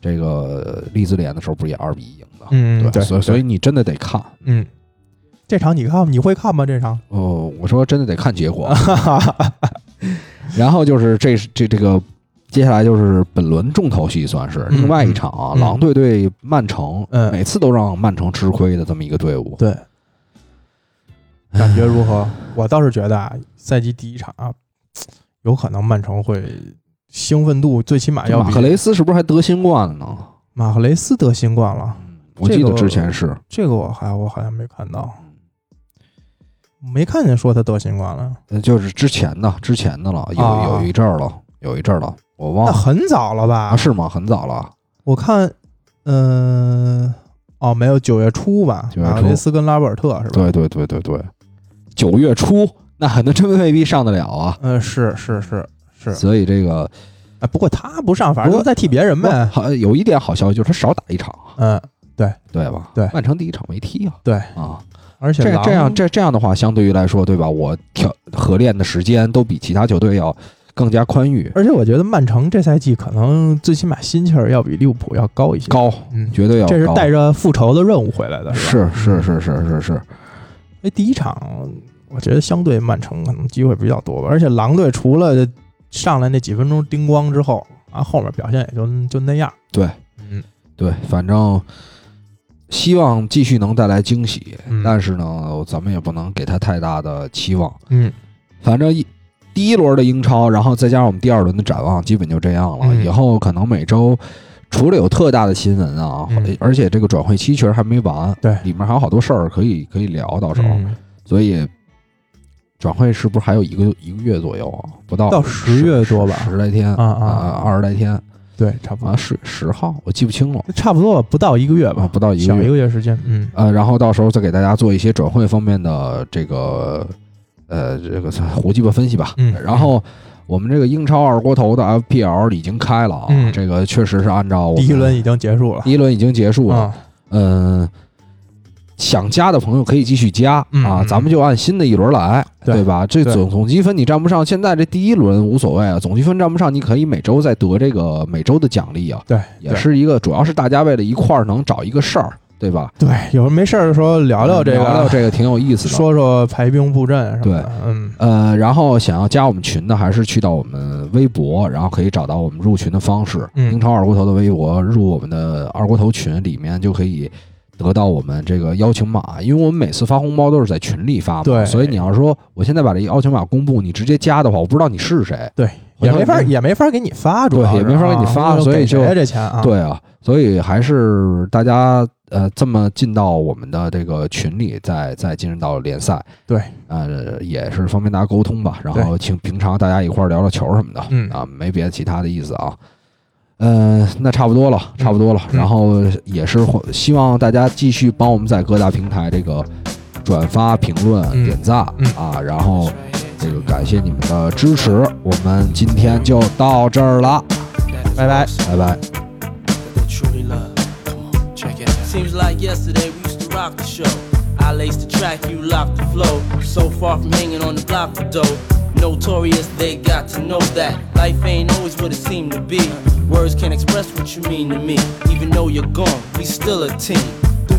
S1: 这个利兹联的时候，不是也二比一赢的？
S2: 嗯，对，
S1: 所以所以你真的得看。
S2: 嗯，这场你看你会看吗？这场
S1: 哦，我说真的得看结 果。然后就是这这这个，接下来就是本轮重头戏，算是
S2: 嗯
S1: 另外一场啊，
S2: 嗯
S1: 狼队对曼城，
S2: 嗯
S1: 每次都让曼城吃亏的这么一个队伍。
S2: 对，感觉如何？我倒是觉得啊，赛季第一场啊，有可能曼城会兴奋度最起码
S1: 这
S2: 要
S1: 马
S2: 比
S1: 克雷斯是不是还得新冠了呢？
S2: 马赫雷斯得新冠了，
S1: 我记
S2: 这
S1: 得
S2: 个
S1: 之前是，
S2: 这个我还我好像没看到，没看见说他得新冠了，
S1: 呃就是之前的之前的了，有
S2: 啊
S1: 有一阵儿了，有一阵儿了，我忘
S2: 那
S1: 了
S2: 很早了吧
S1: 啊，？是吗？很早了，
S2: 我看，嗯、哦，没有，九月初吧，
S1: 9月初
S2: 马赫雷斯跟拉波尔特是吧？
S1: 对对对对对，九月初那可能真未必上得了啊。
S2: 嗯，是是是是，
S1: 所以这个
S2: 哎，不过他不上，反正
S1: 不
S2: 都在替别人
S1: 不
S2: 呗。
S1: 好有一点好消息就是他少打一场，啊
S2: 嗯，
S1: 对吧？
S2: 对
S1: 曼城第一场没踢啊。
S2: 对
S1: 啊，
S2: 而且
S1: 这
S2: 狼
S1: 这样这这样的话，相对于来说，对吧？我调合练的时间都比其他球队要更加宽裕，
S2: 而且我觉得曼城这赛季可能最起码心气儿要比利物浦要高一些，，
S1: 高，
S2: 嗯，
S1: 绝对要高。
S2: 这是带着复仇的任务回来的，吧？
S1: 是是是是是是，
S2: 因为第一场我觉得相对曼城可能机会比较多吧，而且狼队除了上来那几分钟叮咣之后，啊，后面表现也就就那样，
S1: 对
S2: 嗯，
S1: 对，反正希望继续能带来惊喜，
S2: 嗯
S1: 但是呢，咱们也不能给他太大的期望。
S2: 嗯
S1: 反正一第一轮的英超，然后再加上我们第二轮的展望，基本就这样了。
S2: 嗯
S1: 以后可能每周除了有特大的新闻啊，
S2: 嗯
S1: 而且这个转会期确实还没完，
S2: 对
S1: 里面还有好多事儿可以可以聊，到时候，
S2: 嗯
S1: 所以。转会是不是还有一个一个月左右啊？不到
S2: 到十月多吧
S1: 十十来天
S2: 啊啊
S1: 啊，二十来天
S2: 对，差不
S1: 啊，
S2: 多，
S1: 是十号，我记不清了
S2: 差不多不到一个月
S1: 啊，
S2: 吧，
S1: 不到一个
S2: 小一
S1: 月。
S2: 个月时间，嗯
S1: 呃，然后到时候再给大家做一些转会方面的这个呃这个胡鸡巴分析吧。
S2: 嗯
S1: 然后我们这个英超二锅头的 FPL 已经开了啊，
S2: 嗯
S1: 这个确实是按照我们
S2: 第一轮已经结束了，
S1: 第一轮已经结束了。
S2: 啊，
S1: 嗯、想加的朋友可以继续加、
S2: 嗯
S1: 啊，
S2: 嗯
S1: 咱们就按新的一轮来，
S2: 对
S1: 吧？这
S2: 对
S1: 总总积分你占不上，现在这第一轮无所谓啊，总积分占不上，你可以每周再得这个每周的奖励啊，
S2: 对，
S1: 也是一个主要是大家为了一块儿能找一个事儿，对吧？
S2: 对，有时候没事儿的时候聊聊这个，
S1: 嗯聊聊这个挺有意思的。
S2: 说说排兵布阵什么的，嗯
S1: 呃，然后想要加我们群的，还是去到我们微博，然后可以找到我们入群的方式。
S2: 嗯
S1: 英超二锅头的微博，入我们的二锅头群里面就可以得到我们这个邀请码，因为我们每次发红包都是在群里发嘛，
S2: 对
S1: 所以你要说我现在把这邀请码公布，你直接加的话，我不知道你是谁，
S2: 对，
S1: 回
S2: 也
S1: 头
S2: 没法
S1: 你
S2: 也没法给你发，主
S1: 对
S2: 要是
S1: 也没法给你
S2: 啊
S1: 发所以
S2: 给谁
S1: 就
S2: 这钱啊，
S1: 对啊，所以还是大家呃这么进到我们的这个群里，再再进入到联赛，
S2: 对，
S1: 呃也是方便大家沟通吧。然
S2: 对
S1: 后请平常大家一块儿聊聊球什么的，
S2: 嗯
S1: 啊，没别的其他的意思啊。嗯，那差不多了，差不多了。
S2: 嗯
S1: 然后也是欢希望大家继续帮我们在各大平台这个转发、评论、
S2: 嗯
S1: 点赞、
S2: 嗯
S1: 啊，然后这个感谢你们的支持。我们今天就到这儿了，
S2: 拜拜。
S1: 拜拜。
S3: they truly love. Come on, check it out. Seems like yesterday we used to rock the show. I laced the track, you locked the flow. So far from hanging on the block of dough. Notorious, they got to know that life ain't always what it seemed to be. Words can't express what you mean to me. Even though you're gone, we still a team. Through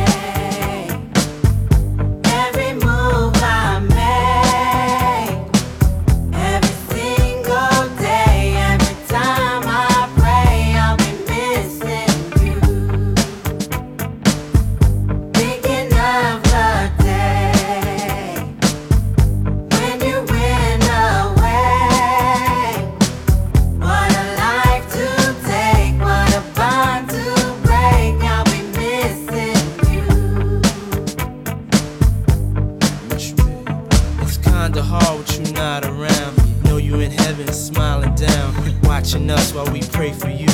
S4: Every move I make, every single day, every time I pray, I'll be missing you. Thinking of the day when you went away. What a life to take, what a bond to break. I'll be missing you.
S3: with you, babe. It's kinda hard with you not around. Know you in heaven smiling down, watching us while we pray for you.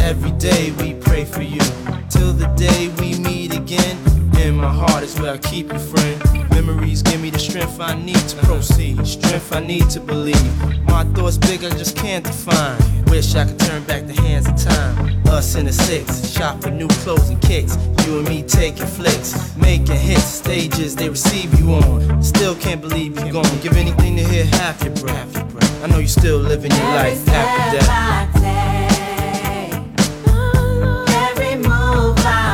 S3: Every day we pray for you, till the day we meet again. In my heart is where I keep you, friend. Memories give me the strength I need to proceed, strength I need to believe. My thoughts big, I just can't define. Wish I could turn back the hands of time. Us in the six, shop for new clothes and kicks. You and me taking flicks, making hits, stages they receive you on. Still can't believe you're gone. Give anything to hear half your breath. I know you still living your
S4: Every
S3: life after death.
S4: step I take, every move I